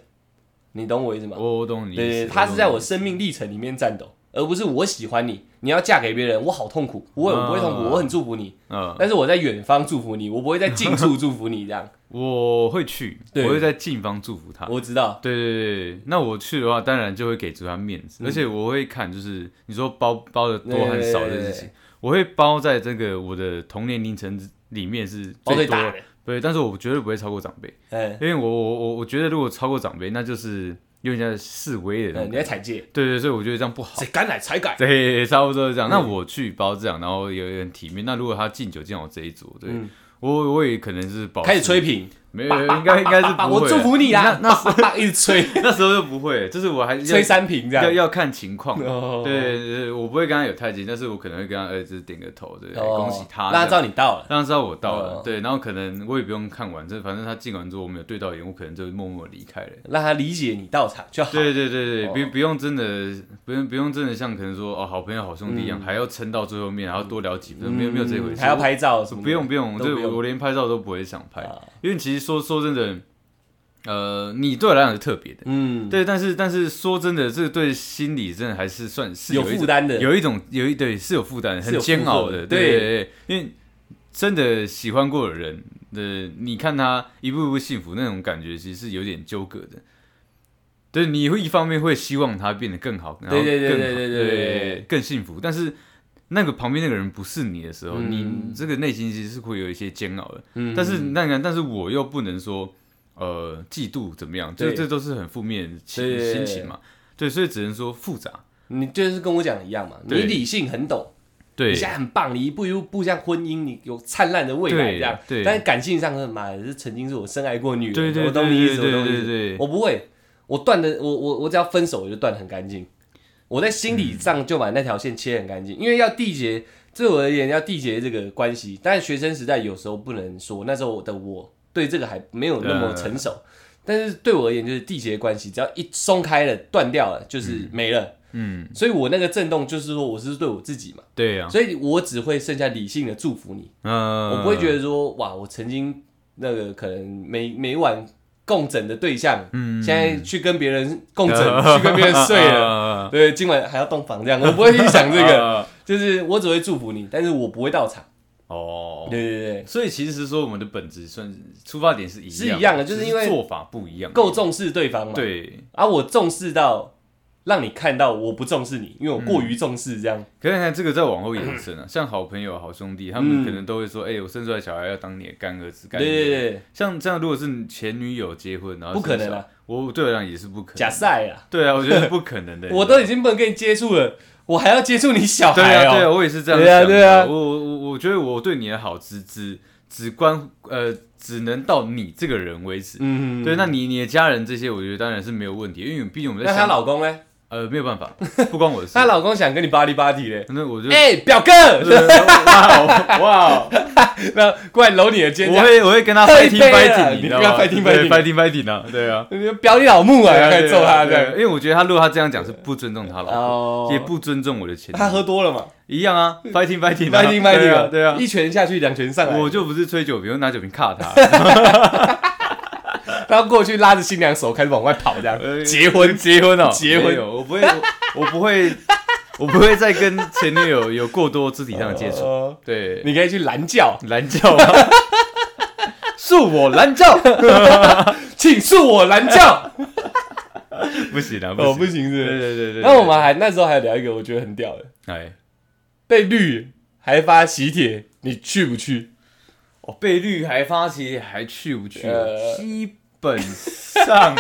[SPEAKER 2] 你懂我意思吗？
[SPEAKER 1] 哦我我懂你意思。
[SPEAKER 2] 对对，对
[SPEAKER 1] 懂
[SPEAKER 2] 他是在
[SPEAKER 1] 你
[SPEAKER 2] 我
[SPEAKER 1] 意思
[SPEAKER 2] 生命历程里面战斗，而不是我喜欢你，你要嫁给别人，我好痛苦，我也
[SPEAKER 1] 嗯
[SPEAKER 2] 不会痛苦，我很祝福你，
[SPEAKER 1] 嗯，
[SPEAKER 2] 但是我在远方祝福你，我不会在近处祝福你
[SPEAKER 1] *laughs*
[SPEAKER 2] 这样。
[SPEAKER 1] 我会去，我
[SPEAKER 2] 对
[SPEAKER 1] 会在近方祝福他。
[SPEAKER 2] 我知道，
[SPEAKER 1] 对对对对，那我去的话，当然就会给足他面
[SPEAKER 2] 嗯
[SPEAKER 1] 子，而且我会看，就是你说包包的多和少这件事
[SPEAKER 2] 对对对
[SPEAKER 1] 情
[SPEAKER 2] 对，
[SPEAKER 1] 我会包在这个我的同年龄层里面是最
[SPEAKER 2] 包最
[SPEAKER 1] 多
[SPEAKER 2] 大的，
[SPEAKER 1] 对，但是我绝对不会超过长辈，
[SPEAKER 2] 嗯，
[SPEAKER 1] 因为我我我我觉得如果超过长辈，那就是有点像示威的那
[SPEAKER 2] 嗯
[SPEAKER 1] 种
[SPEAKER 2] 你在
[SPEAKER 1] 感觉，
[SPEAKER 2] 踩界，
[SPEAKER 1] 对对，所以我觉得这样不好。
[SPEAKER 2] 谁敢来才改。
[SPEAKER 1] 对，差不多
[SPEAKER 2] 嗯
[SPEAKER 1] 是这样。那我去包这样，然后有点体面。那如果他敬酒敬我这一桌，对、
[SPEAKER 2] 嗯
[SPEAKER 1] 我我也可能是保持
[SPEAKER 2] 开始吹，捧，
[SPEAKER 1] 没有，应该应该是不会
[SPEAKER 2] 爸
[SPEAKER 1] 啊。
[SPEAKER 2] 我祝福你啦！
[SPEAKER 1] 那
[SPEAKER 2] 爸爸一直吹
[SPEAKER 1] 那时候就不会，就是我还是要
[SPEAKER 2] 吹三瓶这
[SPEAKER 1] 要
[SPEAKER 2] 样。
[SPEAKER 1] 要看情况。
[SPEAKER 2] 哦
[SPEAKER 1] 对对对，我不会跟他有太近，但是我可能会跟他儿子点个头，对，
[SPEAKER 2] 哦
[SPEAKER 1] 恭喜他，
[SPEAKER 2] 让他知
[SPEAKER 1] 这样
[SPEAKER 2] 道你到了。
[SPEAKER 1] 让他知道我到了，
[SPEAKER 2] 哦
[SPEAKER 1] 对，然后可能我也不用看完，这反正他敬完之后我没有对到眼，我可能就默默离开了。
[SPEAKER 2] 让他理解你到场就好。
[SPEAKER 1] 对对对对，
[SPEAKER 2] 哦
[SPEAKER 1] 不不用真的，不用不用真的像可能说哦，好朋友、好兄弟一样，还要撑到最后面，还要多聊几分，
[SPEAKER 2] 嗯，
[SPEAKER 1] 没有没有这回事，
[SPEAKER 2] 还要拍照什么的？
[SPEAKER 1] 不用不用，
[SPEAKER 2] 都
[SPEAKER 1] 这
[SPEAKER 2] 不用
[SPEAKER 1] 我我连拍照都不会想拍
[SPEAKER 2] 啊，
[SPEAKER 1] 因为其实说说真的，呃，你对我来讲是特别的，
[SPEAKER 2] 嗯，
[SPEAKER 1] 对，但是但是说真的，这个对心理真的还是算是
[SPEAKER 2] 有
[SPEAKER 1] 一种
[SPEAKER 2] 负担的。
[SPEAKER 1] 有一种有一对是有负担，
[SPEAKER 2] 是
[SPEAKER 1] 很
[SPEAKER 2] 有
[SPEAKER 1] 煎熬
[SPEAKER 2] 负荷
[SPEAKER 1] 的，
[SPEAKER 2] 的
[SPEAKER 1] 对对对，因为真的喜欢过的人的，你看他一步一步幸福那种感觉，其实是有点纠葛的。对，你会一方面会希望他变得更好，然后
[SPEAKER 2] 对对对
[SPEAKER 1] 更
[SPEAKER 2] 对
[SPEAKER 1] 好
[SPEAKER 2] 对对
[SPEAKER 1] 对
[SPEAKER 2] 对对
[SPEAKER 1] 更幸福，但是。那个旁边那个人不是你的时候，
[SPEAKER 2] 嗯
[SPEAKER 1] 你这个内心其实是会有一些煎熬的。
[SPEAKER 2] 嗯
[SPEAKER 1] 但是那个，但是我又不能说，呃，嫉妒怎么样？这
[SPEAKER 2] 对
[SPEAKER 1] 这都是很负面的情
[SPEAKER 2] 对对对
[SPEAKER 1] 心情嘛。对，所以只能说复杂。
[SPEAKER 2] 你就是跟我讲的一样嘛，你
[SPEAKER 1] 对
[SPEAKER 2] 理性很懂，
[SPEAKER 1] 对，
[SPEAKER 2] 你现在很棒，你一步一步向婚姻，你有灿烂的未来
[SPEAKER 1] 对
[SPEAKER 2] 这样。
[SPEAKER 1] 对
[SPEAKER 2] 但是感性上是妈的，是曾经是我深爱过女人，
[SPEAKER 1] 对对
[SPEAKER 2] 我懂你意思，
[SPEAKER 1] 对对
[SPEAKER 2] 我懂你意
[SPEAKER 1] 对对
[SPEAKER 2] 思。
[SPEAKER 1] 对
[SPEAKER 2] 我不会，我断的，我我我只要分手我就断的很干净，我在心理上就把那条线切很干净，因为要缔结，对我而言要缔结这个关系。但是学生时代有时候不能说，那时候的我对这个还没有那么成熟。但是对我而言，就是缔结关系，只要一松开了、断掉了，就是没了。
[SPEAKER 1] 嗯，
[SPEAKER 2] 所以我那个震动就是说我是对啊我自己嘛，
[SPEAKER 1] 对呀、
[SPEAKER 2] 所以我只会剩下理性的祝福你，
[SPEAKER 1] 嗯，
[SPEAKER 2] 我不会觉得说哇，我曾经那个可能每每晚共枕的对象，
[SPEAKER 1] 嗯嗯
[SPEAKER 2] 现在去跟别人共
[SPEAKER 1] *laughs*
[SPEAKER 2] 枕，去跟别人睡了。
[SPEAKER 1] 了，
[SPEAKER 2] *laughs* 对，今晚还要洞房这样，我不会去想这个，
[SPEAKER 1] 个
[SPEAKER 2] *laughs* 就是我只会祝福你，但是我不会到场。
[SPEAKER 1] 哦。
[SPEAKER 2] 对对对，
[SPEAKER 1] 所以其实说我们的本质算是出发点是一样，
[SPEAKER 2] 是一样的就是
[SPEAKER 1] 只
[SPEAKER 2] 因为
[SPEAKER 1] 做法不一样，
[SPEAKER 2] 够重视对方嘛。，
[SPEAKER 1] 对。
[SPEAKER 2] 啊，我重视到让你看到我不重视你，因为我过
[SPEAKER 1] 嗯
[SPEAKER 2] 于重视这样。
[SPEAKER 1] 可是你看这个再往后延伸啊，像好朋友、好兄弟，他们可能都会说：“哎、我生出来小孩要当你的干儿子、
[SPEAKER 2] 嗯对
[SPEAKER 1] 干女
[SPEAKER 2] 对
[SPEAKER 1] 儿。
[SPEAKER 2] 对，对
[SPEAKER 1] 像这样，如果是前女友结婚，然后
[SPEAKER 2] 不可能
[SPEAKER 1] 生小
[SPEAKER 2] 啊
[SPEAKER 1] 孩，我对我来讲也是不可能。
[SPEAKER 2] 假赛啊。。
[SPEAKER 1] 对啊，我觉得是不可能的
[SPEAKER 2] *laughs* 我都已经不能跟你接触了，我还要接触你小
[SPEAKER 1] 对
[SPEAKER 2] 孩
[SPEAKER 1] 啊，对啊，
[SPEAKER 2] 哦、
[SPEAKER 1] 我也是这样
[SPEAKER 2] 对
[SPEAKER 1] 想
[SPEAKER 2] 啊
[SPEAKER 1] 的。
[SPEAKER 2] 对啊
[SPEAKER 1] 我我我我觉得我对你的好只只只关呃，只能到你这个人为止。
[SPEAKER 2] 嗯，
[SPEAKER 1] 对，那你你的家人这些，我觉得当然是没有问题，因为毕竟我们在
[SPEAKER 2] 那她
[SPEAKER 1] 香
[SPEAKER 2] 老公呢？
[SPEAKER 1] 呃没有
[SPEAKER 2] *laughs*
[SPEAKER 1] 办法，不关我的事。
[SPEAKER 2] 她老公想跟你巴黎巴黎嘞。
[SPEAKER 1] 那我就呃
[SPEAKER 2] 哎、表哥，
[SPEAKER 1] 哇哦哇
[SPEAKER 2] *laughs*
[SPEAKER 1] 哦，
[SPEAKER 2] 那过来搂你的肩
[SPEAKER 1] 我
[SPEAKER 2] 这
[SPEAKER 1] 会我会跟他
[SPEAKER 2] 喝一
[SPEAKER 1] fighting
[SPEAKER 2] 杯啊
[SPEAKER 1] fighting，
[SPEAKER 2] 你
[SPEAKER 1] 知道
[SPEAKER 2] 跟他
[SPEAKER 1] 吗
[SPEAKER 2] fighting
[SPEAKER 1] 对
[SPEAKER 2] fighting
[SPEAKER 1] fighting fighting 啊，对
[SPEAKER 2] *laughs*
[SPEAKER 1] 啊。
[SPEAKER 2] 样，表你老母啊，
[SPEAKER 1] 对啊
[SPEAKER 2] 要始揍他这
[SPEAKER 1] 对啊对啊
[SPEAKER 2] 样。
[SPEAKER 1] 因为我觉得他如果他这样讲是不尊重他老
[SPEAKER 2] 哦
[SPEAKER 1] 婆，也不尊重我的前
[SPEAKER 2] 他
[SPEAKER 1] 提，
[SPEAKER 2] 喝多了嘛
[SPEAKER 1] 一样啊，fighting fighting
[SPEAKER 2] *laughs*
[SPEAKER 1] 啊
[SPEAKER 2] ，fighting fighting
[SPEAKER 1] 对啊对啊，
[SPEAKER 2] 一拳下去，两拳上来，
[SPEAKER 1] 我就不是吹酒瓶，我拿酒瓶卡他，
[SPEAKER 2] 然后过去拉着新娘手开始往外跑，这样
[SPEAKER 1] 呃
[SPEAKER 2] 结婚
[SPEAKER 1] 结婚哦，
[SPEAKER 2] 结婚
[SPEAKER 1] 没有，我不会， *laughs* 我我不会，我不会再跟前女友有过多肢体上的接触。
[SPEAKER 2] 哦
[SPEAKER 1] 对，
[SPEAKER 2] 你可以去拦轿，
[SPEAKER 1] 蓝教吗？ *laughs* 恕我蓝教，
[SPEAKER 2] 请恕我拦轿。
[SPEAKER 1] *laughs* 不行啊，
[SPEAKER 2] 哦，
[SPEAKER 1] 不
[SPEAKER 2] 不
[SPEAKER 1] 行，
[SPEAKER 2] 行
[SPEAKER 1] 对
[SPEAKER 2] 是不
[SPEAKER 1] 对对
[SPEAKER 2] 是。
[SPEAKER 1] 对对。
[SPEAKER 2] 那我们还那时候还聊一个我觉得很屌的，
[SPEAKER 1] 哎，
[SPEAKER 2] 被绿还发喜帖，你去不去？
[SPEAKER 1] 哦，被绿还发起还去不去
[SPEAKER 2] 呃？
[SPEAKER 1] 基本上，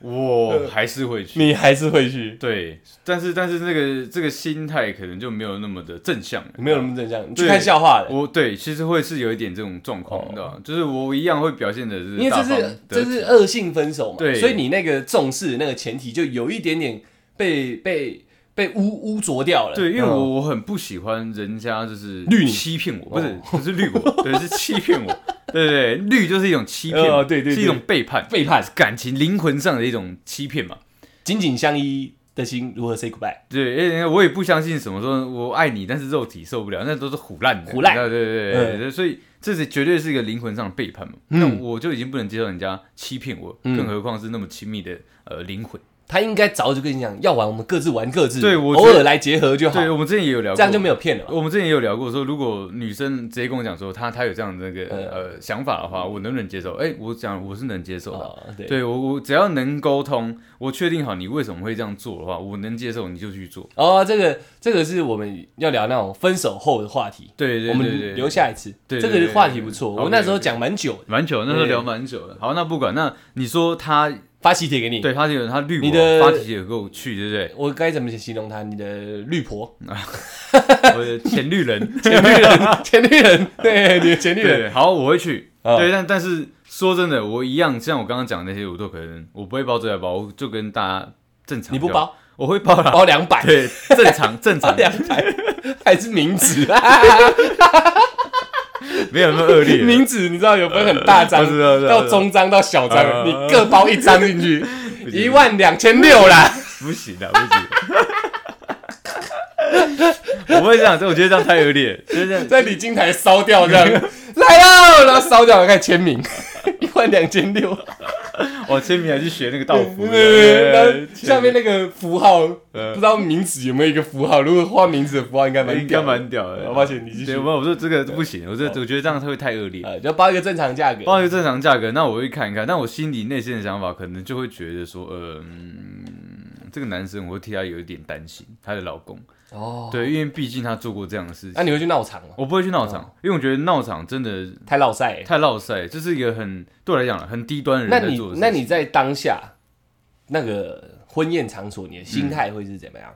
[SPEAKER 1] 我还是会
[SPEAKER 2] *laughs*
[SPEAKER 1] 去。
[SPEAKER 2] 你还是会去，
[SPEAKER 1] 对，但是但是那个这个心态可能就没有那么的正向了，
[SPEAKER 2] 没有那么正向，你
[SPEAKER 1] 对
[SPEAKER 2] 去看笑话的，
[SPEAKER 1] 我对，其实会是有一点这种状况，
[SPEAKER 2] 哦
[SPEAKER 1] 你知道吗就是我一样会表现的是
[SPEAKER 2] 因为
[SPEAKER 1] 大
[SPEAKER 2] 这
[SPEAKER 1] 方
[SPEAKER 2] 是
[SPEAKER 1] 得
[SPEAKER 2] 这
[SPEAKER 1] 体
[SPEAKER 2] 是恶性分手嘛，
[SPEAKER 1] 对
[SPEAKER 2] 所以你那个重视的那个前提就有一点点被被被污污浊掉了。嗯
[SPEAKER 1] 对，因为我我很不喜欢人家就是
[SPEAKER 2] 绿你哦
[SPEAKER 1] 欺骗我，不是不是绿我，对，是欺骗我，对对对，绿就是一种欺骗嘛，
[SPEAKER 2] 呃对对对
[SPEAKER 1] 是一种背叛，
[SPEAKER 2] 背叛，
[SPEAKER 1] 感情灵魂上的一种欺骗嘛。
[SPEAKER 2] 紧紧相依的心如何 say goodbye？
[SPEAKER 1] 对，因为我也不相信什么说我爱你，但是肉体受不了，那都是胡烂的。
[SPEAKER 2] 胡烂嗯
[SPEAKER 1] 对对对对，所以这是绝对是一个灵魂上的背叛嘛。那、我就已经不能接受人家欺骗我，
[SPEAKER 2] 嗯
[SPEAKER 1] 更何况是那么亲密的呃灵魂。
[SPEAKER 2] 他应该早就跟你讲，要玩我们各自玩各自，
[SPEAKER 1] 对我
[SPEAKER 2] 偶尔来结合就
[SPEAKER 1] *laughs*
[SPEAKER 2] 好，
[SPEAKER 1] 对，我们之前也有聊过，
[SPEAKER 2] 这样就没有骗了嘛。
[SPEAKER 1] 我们之前也有聊过说，如果女生直接跟我讲说她她有这样的那
[SPEAKER 2] 嗯
[SPEAKER 1] 个呃想法的话，我能不能接受？哎、我讲我是能接受的。
[SPEAKER 2] 哦，对，
[SPEAKER 1] 对我我只要能沟通，我确定好你为什么会这样做的话，我能接受你就去做。
[SPEAKER 2] 哦，这个这个是我们要聊那种分手后的话题，
[SPEAKER 1] 对对
[SPEAKER 2] 我
[SPEAKER 1] 对对
[SPEAKER 2] 们留下一次。
[SPEAKER 1] 对对
[SPEAKER 2] 这个话题不错，
[SPEAKER 1] 对对
[SPEAKER 2] 我那时候讲蛮久的，
[SPEAKER 1] 蛮久，那时候聊蛮久的。好，那不管，那你说他
[SPEAKER 2] 发喜帖给你。
[SPEAKER 1] 对他有他绿
[SPEAKER 2] 你
[SPEAKER 1] 我
[SPEAKER 2] 的
[SPEAKER 1] 发起也给我去，对不对？
[SPEAKER 2] *laughs* 我该怎么形容他？你的
[SPEAKER 1] *laughs*
[SPEAKER 2] 绿婆、
[SPEAKER 1] 我的前绿
[SPEAKER 2] *laughs*
[SPEAKER 1] 人，
[SPEAKER 2] 前绿人、前绿人，对，你的前绿人，
[SPEAKER 1] 对，好，我会去。
[SPEAKER 2] 啊
[SPEAKER 1] 对，但但是说真的，我一样，像我刚刚讲的那些，我都可能我不会包最爱包，我就跟大家正常。
[SPEAKER 2] 你不，包哦哎
[SPEAKER 1] 我会包啦。
[SPEAKER 2] 包两百，
[SPEAKER 1] 啊
[SPEAKER 2] *laughs*
[SPEAKER 1] 对，正常正
[SPEAKER 2] 包
[SPEAKER 1] 常，
[SPEAKER 2] 两
[SPEAKER 1] *laughs*
[SPEAKER 2] 百，还是名字？
[SPEAKER 1] 没有那 *laughs* 么恶劣。
[SPEAKER 2] *laughs* 名字你知道有分很大张
[SPEAKER 1] 我知道我知，道
[SPEAKER 2] 到中张到小
[SPEAKER 1] 啊
[SPEAKER 2] 张，你各包一张进
[SPEAKER 1] *laughs*
[SPEAKER 2] 去，
[SPEAKER 1] 行
[SPEAKER 2] 一万两千六啦。
[SPEAKER 1] *laughs* 不行的，不行。我不会这样，这我觉得这样太恶劣，就是这样。
[SPEAKER 2] 在礼金台烧掉
[SPEAKER 1] *laughs*
[SPEAKER 2] 这样，来喽，然后烧掉，开始签名，一万两千六，
[SPEAKER 1] 我哦签名还去学那个道服，哎
[SPEAKER 2] 然后下面那个符号，
[SPEAKER 1] 呃
[SPEAKER 2] 不知道名字有没有一个符号，如果画名字的符号应该蛮
[SPEAKER 1] 应该
[SPEAKER 2] 屌的
[SPEAKER 1] 蛮屌的。
[SPEAKER 2] 好抱歉你继续哦
[SPEAKER 1] 对，我我说这个不行，我说我觉得这样会太恶劣。
[SPEAKER 2] 呃，就报一个正常价格，
[SPEAKER 1] 报一个正常价格，那我会看一看。但我心里内心的想法，可能就会觉得说，呃，嗯这个男生我会替他有一点担心，她的老公。
[SPEAKER 2] 哦，
[SPEAKER 1] 对，因为毕竟他做过这样的事
[SPEAKER 2] 那
[SPEAKER 1] 情，
[SPEAKER 2] 你会去闹场吗？
[SPEAKER 1] 我不会去闹场，因为我觉得闹场真的
[SPEAKER 2] 太落赛欸，
[SPEAKER 1] 太落塞，这是一个很对我来讲啦很低端的人
[SPEAKER 2] 那
[SPEAKER 1] 在
[SPEAKER 2] 你
[SPEAKER 1] 做的事情。
[SPEAKER 2] 那你在当下那个婚宴场所，你的心态会是怎么样？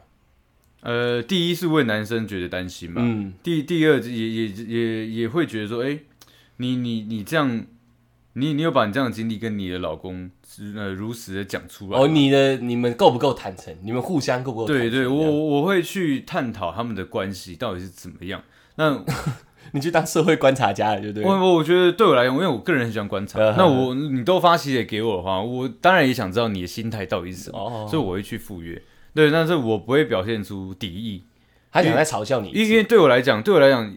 [SPEAKER 1] 呃，第一是为男生觉得担心嘛，
[SPEAKER 2] 嗯，
[SPEAKER 1] 第第二也也也也会觉得说，哎、你你你这样，你你有把你这样的经历跟你的老公呃如实的讲出来。
[SPEAKER 2] 哦，你的你们够不够坦诚？你们互相够不够坦
[SPEAKER 1] 对
[SPEAKER 2] 诚？
[SPEAKER 1] 对，
[SPEAKER 2] 这
[SPEAKER 1] 我
[SPEAKER 2] 样
[SPEAKER 1] 我会去探讨他们的关系到底是怎么样。那我
[SPEAKER 2] 你去当社会观察家了， *laughs* 对不对？
[SPEAKER 1] 我我觉得对我来讲，因为我个人很喜欢观
[SPEAKER 2] *laughs*
[SPEAKER 1] 察
[SPEAKER 2] 嗯，
[SPEAKER 1] 那我你都发起帖给我的话，我当然也想知道你的心态到底是什么，
[SPEAKER 2] 哦，
[SPEAKER 1] 所以我会去赴约。对，但是我不会表现出敌意，
[SPEAKER 2] 他想在嘲笑你，
[SPEAKER 1] 因为对我来讲，对我来讲，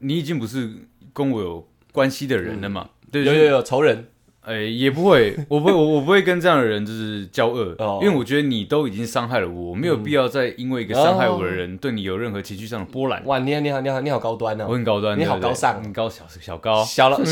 [SPEAKER 1] 你已经不是跟我有关系的人了嘛。对，
[SPEAKER 2] 嗯有
[SPEAKER 1] 就是
[SPEAKER 2] 有有仇人，
[SPEAKER 1] 哎、也不会，我不会，我我不会跟这样的人就是交恶，
[SPEAKER 2] 哦嗯
[SPEAKER 1] 因为我觉得你都已经伤害了我，我没有必要再因为一个伤害我
[SPEAKER 2] 哦
[SPEAKER 1] 的人对你有任何情绪上的波澜。
[SPEAKER 2] 哇，你好你好你好你好高端
[SPEAKER 1] 我
[SPEAKER 2] 哦，
[SPEAKER 1] 很高端，
[SPEAKER 2] 你
[SPEAKER 1] 对不
[SPEAKER 2] 好
[SPEAKER 1] 对
[SPEAKER 2] 高尚
[SPEAKER 1] 很高小小高，
[SPEAKER 2] 小老 *laughs*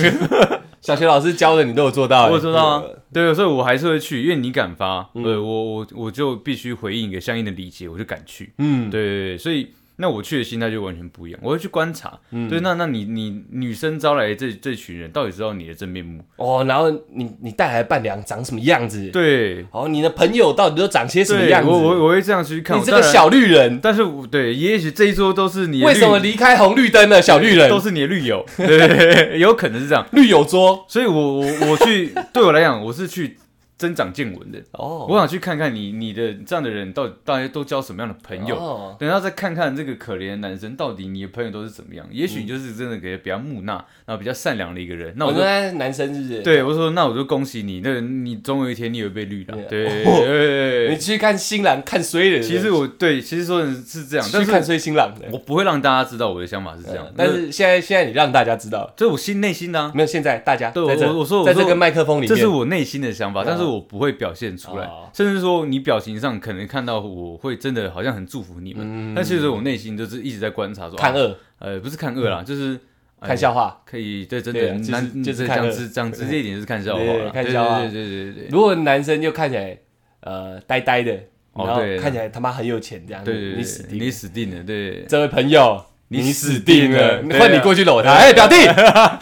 [SPEAKER 2] 小学老师教的你都有做到，
[SPEAKER 1] 我有做到啊
[SPEAKER 2] 欸
[SPEAKER 1] 对，所以我还是会去，因为你敢发，
[SPEAKER 2] 嗯
[SPEAKER 1] 呃，我我我就必须回应一个相应的理解，我就敢去。
[SPEAKER 2] 嗯，
[SPEAKER 1] 对对对，所以那我去的心态就完全不一样，我会去观察。
[SPEAKER 2] 嗯
[SPEAKER 1] 对，那那你你女生招来的这这群人到底知道你的真面目？
[SPEAKER 2] 哦，然后你你带来的伴娘长什么样子？，
[SPEAKER 1] 对，
[SPEAKER 2] 哦，你的朋友到底都长些什么
[SPEAKER 1] 对，
[SPEAKER 2] 样子？
[SPEAKER 1] 我我我会这样去看。
[SPEAKER 2] 你这
[SPEAKER 1] 我当
[SPEAKER 2] 个
[SPEAKER 1] 然，
[SPEAKER 2] 小绿人，
[SPEAKER 1] 但是我对，也许这一桌都是你的
[SPEAKER 2] 为什么
[SPEAKER 1] 绿
[SPEAKER 2] 离开红绿灯了？小绿人
[SPEAKER 1] 都，是你的绿友？对对对 *laughs* 对，有可能是这样。
[SPEAKER 2] 绿友桌，
[SPEAKER 1] 所以我我我去，对我来讲，我是去增长见闻的。
[SPEAKER 2] 哦，
[SPEAKER 1] 我想去看看你你的这样的人到底大家都交什么样的朋友，
[SPEAKER 2] 友，
[SPEAKER 1] 等到再看看这个可怜的男生到底你的朋友都是怎么
[SPEAKER 2] 嗯
[SPEAKER 1] 样。也许你就是真的给比较木讷，然后比较善良的一个人。那
[SPEAKER 2] 我
[SPEAKER 1] 我就
[SPEAKER 2] 说他男生是不是？，
[SPEAKER 1] 对我说，那我就恭喜你，那你总有一天你也会被绿的。
[SPEAKER 2] 对啊 *laughs*
[SPEAKER 1] 对对对对
[SPEAKER 2] 你
[SPEAKER 1] 对，
[SPEAKER 2] 去看新郎看衰人，
[SPEAKER 1] 其实我对，其实说的是这样，但
[SPEAKER 2] 去
[SPEAKER 1] 是
[SPEAKER 2] 看衰新郎的，
[SPEAKER 1] 我不会让大家知道我的想法是这样，
[SPEAKER 2] 啊但是现在现在你让大家知道了。
[SPEAKER 1] 这是我心内心的、啊，
[SPEAKER 2] 没有，现在大家
[SPEAKER 1] 对
[SPEAKER 2] 在这
[SPEAKER 1] 我我说我
[SPEAKER 2] 在这
[SPEAKER 1] 说
[SPEAKER 2] 个麦克风里面，
[SPEAKER 1] 这是我内心的想法，
[SPEAKER 2] 嗯
[SPEAKER 1] 但是我不会表现出来
[SPEAKER 2] 哦，
[SPEAKER 1] 甚至说你表情上可能看到我会真的好像很祝福你们，但其实我内心就是一直在观察说，
[SPEAKER 2] 看
[SPEAKER 1] 啊，
[SPEAKER 2] 二
[SPEAKER 1] 呃，不是看恶啦，就是呃
[SPEAKER 2] 看笑话。
[SPEAKER 1] 可以对真
[SPEAKER 2] 对
[SPEAKER 1] 的
[SPEAKER 2] 啊就是
[SPEAKER 1] 男
[SPEAKER 2] 就是看
[SPEAKER 1] 讲
[SPEAKER 2] 恶
[SPEAKER 1] 直讲直接一点就是看笑话
[SPEAKER 2] 对
[SPEAKER 1] 啦，
[SPEAKER 2] 看
[SPEAKER 1] 对
[SPEAKER 2] 笑话
[SPEAKER 1] 对对对对对
[SPEAKER 2] 如果男生就看起来呃呆呆的，
[SPEAKER 1] 哦
[SPEAKER 2] 然后
[SPEAKER 1] 对
[SPEAKER 2] 看起来他妈很有钱这样，
[SPEAKER 1] 对对，
[SPEAKER 2] 你死定
[SPEAKER 1] 你
[SPEAKER 2] 了！
[SPEAKER 1] 死定了，对。
[SPEAKER 2] 这位朋友，
[SPEAKER 1] 你
[SPEAKER 2] 你
[SPEAKER 1] 死
[SPEAKER 2] 死
[SPEAKER 1] 定
[SPEAKER 2] 定
[SPEAKER 1] 了
[SPEAKER 2] 了！
[SPEAKER 1] 对啊
[SPEAKER 2] 换你过去搂他，哎，表弟，
[SPEAKER 1] *laughs*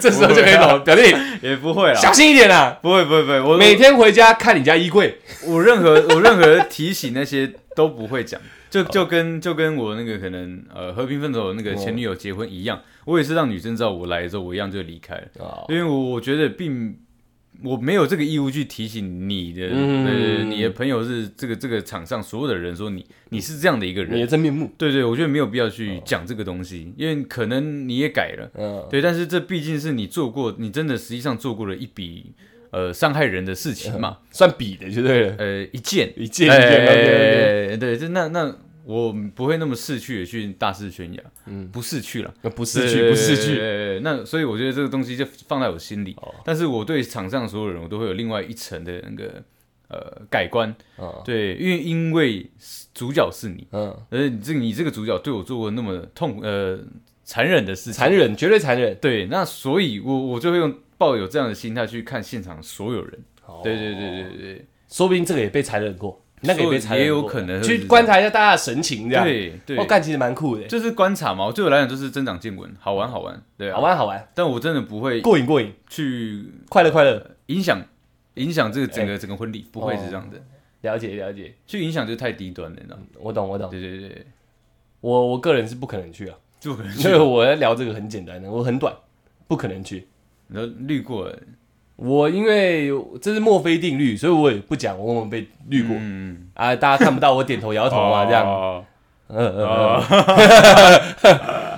[SPEAKER 2] 这时候就可以搂表弟，
[SPEAKER 1] 也不会啦，
[SPEAKER 2] 小心一点啦！
[SPEAKER 1] 不会啊不会不会，我
[SPEAKER 2] 每天回家看你家衣柜，
[SPEAKER 1] 我任何我任何提醒那些都不会讲，就就跟就跟我那个可能呃和平分手的那个前女友结婚一样，我也是让女生知道我来的时候，我一样就离开了，
[SPEAKER 2] 哦
[SPEAKER 1] 因为我我觉得并我没有这个义务去提醒你的，
[SPEAKER 2] 嗯
[SPEAKER 1] 对你的朋友是这个这个场上所有的人说你你是这样的一个
[SPEAKER 2] 你
[SPEAKER 1] 人
[SPEAKER 2] 的，真面目，
[SPEAKER 1] 对对，我觉得没有必要去讲这个东西，因为可能你也改了，
[SPEAKER 2] 嗯，
[SPEAKER 1] 对，但是这毕竟是你做过，你真的实际上做过了一笔呃伤害人的事情嘛，
[SPEAKER 2] 算比的就对了，
[SPEAKER 1] 呃一件，
[SPEAKER 2] 嗯 *laughs* 一件一件，OK，OK，
[SPEAKER 1] 哎对，就那那我不会那么逝去的去大肆宣扬，
[SPEAKER 2] 嗯
[SPEAKER 1] 不逝去了。
[SPEAKER 2] 不是去，不是
[SPEAKER 1] 对
[SPEAKER 2] 去，
[SPEAKER 1] 对对那所以我觉得这个东西就放在我心里，
[SPEAKER 2] 哦
[SPEAKER 1] 但是我对场上所有人，我都会有另外一层的那个呃改观。
[SPEAKER 2] 嗯
[SPEAKER 1] 对，因为因为主角是你，
[SPEAKER 2] 嗯，
[SPEAKER 1] 而你这你这个主角对我做过那么痛呃残忍的事情，
[SPEAKER 2] 残忍，绝对残忍，
[SPEAKER 1] 对，那所以我我就会用抱有这样的心态去看现场所有人。对对对对对
[SPEAKER 2] 说不定这个也被残忍过，那个也被残忍
[SPEAKER 1] 也
[SPEAKER 2] 过，
[SPEAKER 1] 有可能
[SPEAKER 2] 去观察一下大家的神情，这样。
[SPEAKER 1] 对对
[SPEAKER 2] 我
[SPEAKER 1] 对，
[SPEAKER 2] 干其实蛮酷的，
[SPEAKER 1] 就是观察嘛，我对我来讲就是增长见闻，好玩好玩，对
[SPEAKER 2] 好
[SPEAKER 1] 啊。
[SPEAKER 2] 玩好玩，
[SPEAKER 1] 但我真的不会
[SPEAKER 2] 过瘾过瘾，
[SPEAKER 1] 去
[SPEAKER 2] 快乐快乐，
[SPEAKER 1] 影响影响这个
[SPEAKER 2] 哎
[SPEAKER 1] 整个整个婚礼，不会是这样
[SPEAKER 2] 哦
[SPEAKER 1] 的。
[SPEAKER 2] 了解了解，
[SPEAKER 1] 去影响就太低端了，你知道吗？
[SPEAKER 2] 我懂我懂，
[SPEAKER 1] 对对对，
[SPEAKER 2] 我我个人是不可能去
[SPEAKER 1] *laughs*
[SPEAKER 2] 啊，
[SPEAKER 1] 就可能
[SPEAKER 2] 所
[SPEAKER 1] 就
[SPEAKER 2] 以我要聊这个很简单的，我很短，不可能去。
[SPEAKER 1] 你说滤过了，
[SPEAKER 2] 我因为这是墨菲定律，所以我也不讲我们被滤过、
[SPEAKER 1] 嗯，
[SPEAKER 2] 啊，大家看不到我点头摇头啊，这样，
[SPEAKER 1] 哦
[SPEAKER 2] 嗯嗯嗯， *laughs*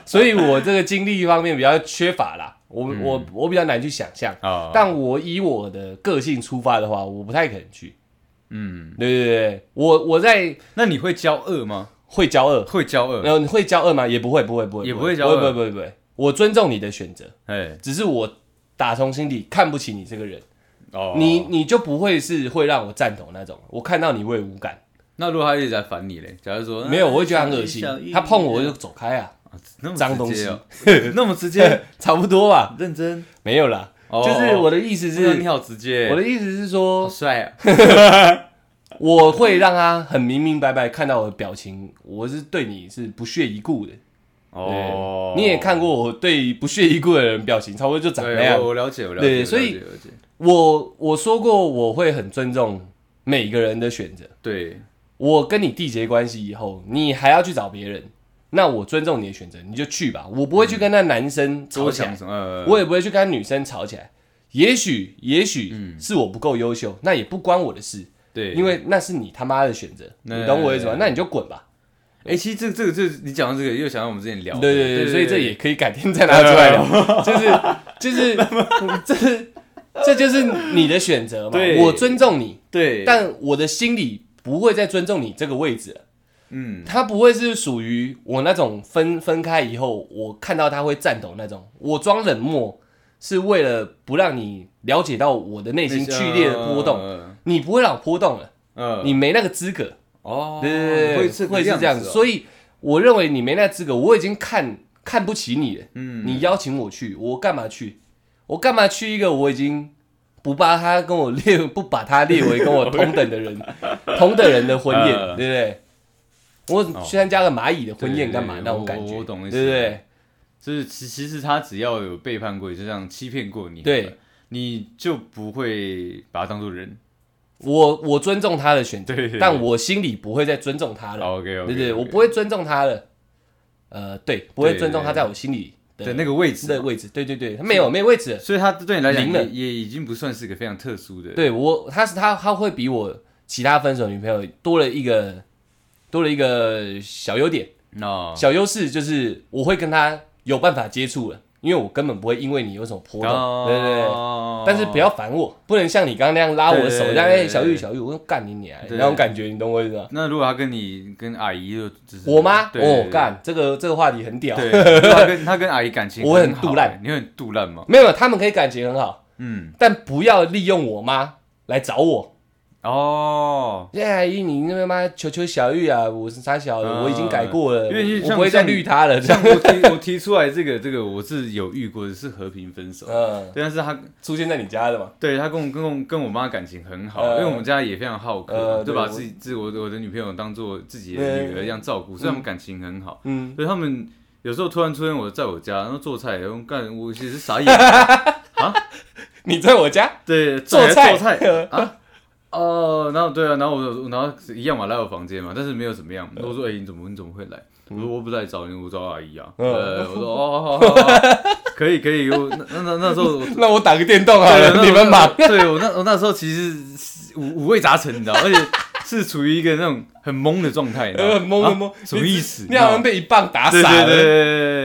[SPEAKER 2] 所以我这个经历方面比较缺乏啦，我、我我比较难去想象。
[SPEAKER 1] 嗯哦
[SPEAKER 2] 但我以我的个性出发的话，我不太可能去。
[SPEAKER 1] 嗯，
[SPEAKER 2] 对对对对，我我在
[SPEAKER 1] 那你会骄恶吗？
[SPEAKER 2] 会骄傲，
[SPEAKER 1] 会骄恶，
[SPEAKER 2] 然后你会骄傲吗？也不会，不会，不会，
[SPEAKER 1] 也不
[SPEAKER 2] 不
[SPEAKER 1] 会骄
[SPEAKER 2] 傲，
[SPEAKER 1] 傲
[SPEAKER 2] 不会，不会，不会。我尊重你的选择，
[SPEAKER 1] 哎，
[SPEAKER 2] 只是我打从心底看不起你这个人，
[SPEAKER 1] 哦，
[SPEAKER 2] 你你就不会是会让我赞同那种。我看到你我也无感，
[SPEAKER 1] 那如果他一直在烦你嘞，假如说哎
[SPEAKER 2] 没有，我会
[SPEAKER 1] 会
[SPEAKER 2] 觉得很恶心。他碰我我就走
[SPEAKER 1] *laughs*
[SPEAKER 2] 开啊，
[SPEAKER 1] 那么
[SPEAKER 2] 脏东西
[SPEAKER 1] 直接哦，哎那么直
[SPEAKER 2] *laughs*
[SPEAKER 1] 接，哦
[SPEAKER 2] 差不多吧，
[SPEAKER 1] 认真，
[SPEAKER 2] 没有啦。
[SPEAKER 1] 哦
[SPEAKER 2] 就是我的意思
[SPEAKER 1] 哇你
[SPEAKER 2] 是，
[SPEAKER 1] 好直接，
[SPEAKER 2] 我的意思是
[SPEAKER 1] 好
[SPEAKER 2] 说，
[SPEAKER 1] 帅啊，
[SPEAKER 2] 我会让他很明明白白看到我的表情，我是对你是不屑一顾的。
[SPEAKER 1] 哦，
[SPEAKER 2] 你也看过我对不屑一顾的人表情，差不多就长
[SPEAKER 1] 对，
[SPEAKER 2] 那样
[SPEAKER 1] 我。我了解，我了解，
[SPEAKER 2] 对
[SPEAKER 1] 我了解
[SPEAKER 2] 所
[SPEAKER 1] 我
[SPEAKER 2] 以
[SPEAKER 1] 了解
[SPEAKER 2] 我我说过我会很尊重每个人的选择。
[SPEAKER 1] 对，
[SPEAKER 2] 我跟你缔结关系以后，你还要去找别人，那我尊重你的选择，你就去吧。我不会去跟那男生吵
[SPEAKER 1] 多
[SPEAKER 2] 起来
[SPEAKER 1] 想，什么，呃
[SPEAKER 2] 我也不会去跟那女生吵起来。也许也
[SPEAKER 1] 嗯
[SPEAKER 2] 许是我不够优秀，那也不关我的事，
[SPEAKER 1] 对，
[SPEAKER 2] 因为那是你他妈的选择，
[SPEAKER 1] 对
[SPEAKER 2] 你懂我意思吗？
[SPEAKER 1] 对
[SPEAKER 2] 那你就滚吧。
[SPEAKER 1] 哎，其实这这这你讲到这个，又想到我们之前聊的，
[SPEAKER 2] 对对对，所以这也可以改天再拿出
[SPEAKER 1] *laughs*
[SPEAKER 2] 来聊，就是就是这是这就是你的选择嘛，
[SPEAKER 1] 对
[SPEAKER 2] 我尊重你，
[SPEAKER 1] 对，
[SPEAKER 2] 但我的心里不会再尊重你这个位置了。
[SPEAKER 1] 嗯，
[SPEAKER 2] 他不会是属于我那种分分开以后，我看到他会颤抖那种。我装冷漠是为了不让你了解到我的内心剧烈的波动，
[SPEAKER 1] 动，
[SPEAKER 2] 你不会让我波动了，
[SPEAKER 1] 嗯，
[SPEAKER 2] 你没那个资格。
[SPEAKER 1] 哦，
[SPEAKER 2] 对对对
[SPEAKER 1] 会
[SPEAKER 2] 对，
[SPEAKER 1] 是
[SPEAKER 2] 会是这样
[SPEAKER 1] 子
[SPEAKER 2] 子。
[SPEAKER 1] 哦，
[SPEAKER 2] 所以我认为你没那资格，我已经看看不起你了。
[SPEAKER 1] 嗯
[SPEAKER 2] 你邀请我去，我干嘛去？我干嘛去一个我已经不把他跟我列不把他列为跟我同等
[SPEAKER 1] *laughs*
[SPEAKER 2] 的人，同等人的婚宴，
[SPEAKER 1] 呃
[SPEAKER 2] 对不对？我去参加个蚂蚁的婚宴干嘛？
[SPEAKER 1] 对对对
[SPEAKER 2] 那种感觉，
[SPEAKER 1] 我我懂意思
[SPEAKER 2] 对不对？
[SPEAKER 1] 就是其其实他只要有背叛过你，就像欺骗过你，
[SPEAKER 2] 对，
[SPEAKER 1] 你就不会把他当做人。
[SPEAKER 2] 我我尊重他的选择，
[SPEAKER 1] 对对对
[SPEAKER 2] 但我心里不会再尊重他了，
[SPEAKER 1] OK OK，
[SPEAKER 2] 对不对？我不会尊重他了，呃，对，不会
[SPEAKER 1] 对
[SPEAKER 2] 尊重他
[SPEAKER 1] 对
[SPEAKER 2] 在我心里
[SPEAKER 1] 的
[SPEAKER 2] 的
[SPEAKER 1] 那个位置
[SPEAKER 2] 的
[SPEAKER 1] 嘛，
[SPEAKER 2] 位置，对对对，他没有没有位置了，
[SPEAKER 1] 所以他对你来讲
[SPEAKER 2] 零了
[SPEAKER 1] 也也已经不算是个非常特殊的，
[SPEAKER 2] 对我，他是他他会比我其他分手女朋友多了一个多了一个小优点，
[SPEAKER 1] 那
[SPEAKER 2] 小优势就是我会跟他有办法接触了，因为我根本不会因为你有什么波动，
[SPEAKER 1] 哦
[SPEAKER 2] 对对对。
[SPEAKER 1] 对
[SPEAKER 2] 但是不要烦我，不能像你刚刚那样拉我的手，
[SPEAKER 1] 对对
[SPEAKER 2] 这样
[SPEAKER 1] 对
[SPEAKER 2] 哎
[SPEAKER 1] 对
[SPEAKER 2] 小玉
[SPEAKER 1] 对
[SPEAKER 2] 小玉，我干你娘，
[SPEAKER 1] 对
[SPEAKER 2] 那种感觉，你懂我意思吗？
[SPEAKER 1] 那如果他跟你跟阿姨就就是
[SPEAKER 2] 我吗？
[SPEAKER 1] 对
[SPEAKER 2] 哦，，干这个这个话题很屌，
[SPEAKER 1] 对对，对如果他跟他跟阿姨感情
[SPEAKER 2] 我很
[SPEAKER 1] 好欸
[SPEAKER 2] 杜烂，
[SPEAKER 1] 你很杜烂吗？
[SPEAKER 2] 没有，他们可以感情很好，
[SPEAKER 1] 嗯，
[SPEAKER 2] 但不要利用我妈来找我，
[SPEAKER 1] 哦，
[SPEAKER 2] 哎，阿姨，你那边妈求求小玉啊，我是傻小的，
[SPEAKER 1] 嗯
[SPEAKER 2] 我已经改过了，
[SPEAKER 1] 因为
[SPEAKER 2] 我
[SPEAKER 1] 像
[SPEAKER 2] 不会再
[SPEAKER 1] 像你
[SPEAKER 2] 绿他了。这样，
[SPEAKER 1] 像我提我提出来这个这个我是有遇过的是和平分手，
[SPEAKER 2] 嗯，
[SPEAKER 1] 对但是他
[SPEAKER 2] 出现在你家的嘛？
[SPEAKER 1] 对他跟我跟我跟我妈感情很好，
[SPEAKER 2] 呃
[SPEAKER 1] 因为我们家也非常好客，
[SPEAKER 2] 呃
[SPEAKER 1] 就
[SPEAKER 2] 对
[SPEAKER 1] 把
[SPEAKER 2] 我
[SPEAKER 1] 自己自我我的女朋友当做自己的女儿一样照顾，所以他们感情很好。
[SPEAKER 2] 嗯，
[SPEAKER 1] 所以他们有时候突然出现我在我家，然后做菜，然后干我其实傻
[SPEAKER 2] *laughs*
[SPEAKER 1] 眼，
[SPEAKER 2] 你在我家
[SPEAKER 1] 对，
[SPEAKER 2] 做菜，
[SPEAKER 1] 做菜
[SPEAKER 2] *laughs* 嗯
[SPEAKER 1] 啊。哦，然后对啊，然后我然后一样嘛，来我房间嘛，但是没有怎么样。
[SPEAKER 2] 嗯
[SPEAKER 1] 我说，哎、你怎么你怎么会来？我说我不是来找你，我找阿姨啊。
[SPEAKER 2] 嗯 *laughs*
[SPEAKER 1] 呃，我说哦，好好好好可可以可以，我那那那那时候我
[SPEAKER 2] 那我打个电动好
[SPEAKER 1] 对
[SPEAKER 2] 了，
[SPEAKER 1] 那
[SPEAKER 2] 你们忙。
[SPEAKER 1] 对我那我那时候其实是五五味杂陈，你知道，而且是处于一个那种很懵的状态，你知道
[SPEAKER 2] 呃， *laughs* 懵
[SPEAKER 1] 啊
[SPEAKER 2] 了懵，
[SPEAKER 1] 什么意思？
[SPEAKER 2] 你好像
[SPEAKER 1] 被
[SPEAKER 2] 被一棒打
[SPEAKER 1] 对对
[SPEAKER 2] 傻了。
[SPEAKER 1] 对对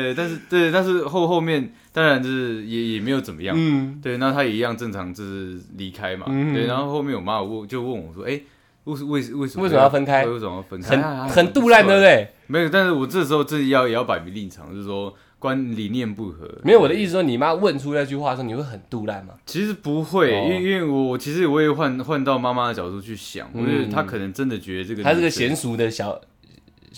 [SPEAKER 1] 对，但是对，但是后后面当然就是也也没有怎么样，
[SPEAKER 2] 嗯，
[SPEAKER 1] 对，那他也一样正常就是离开嘛，
[SPEAKER 2] 嗯
[SPEAKER 1] 对，然后后面我妈我就问我说，哎。为什为为什么
[SPEAKER 2] 为什么要分开
[SPEAKER 1] 对为什么要分开？
[SPEAKER 2] 很很杜烂，对不
[SPEAKER 1] 对？
[SPEAKER 2] 对？
[SPEAKER 1] 没有，但是我这时候自己要也要摆明立场，就是说观理念不合。
[SPEAKER 2] 没有，我的意思说，你妈问出那句话的时候，你会很杜烂吗？
[SPEAKER 1] 其实不会，
[SPEAKER 2] 哦
[SPEAKER 1] 因为因为我我其实我也换换到妈妈的角度去想，
[SPEAKER 2] 嗯
[SPEAKER 1] 我觉得她可能真的觉得这个
[SPEAKER 2] 她是个
[SPEAKER 1] 女生
[SPEAKER 2] 娴熟的小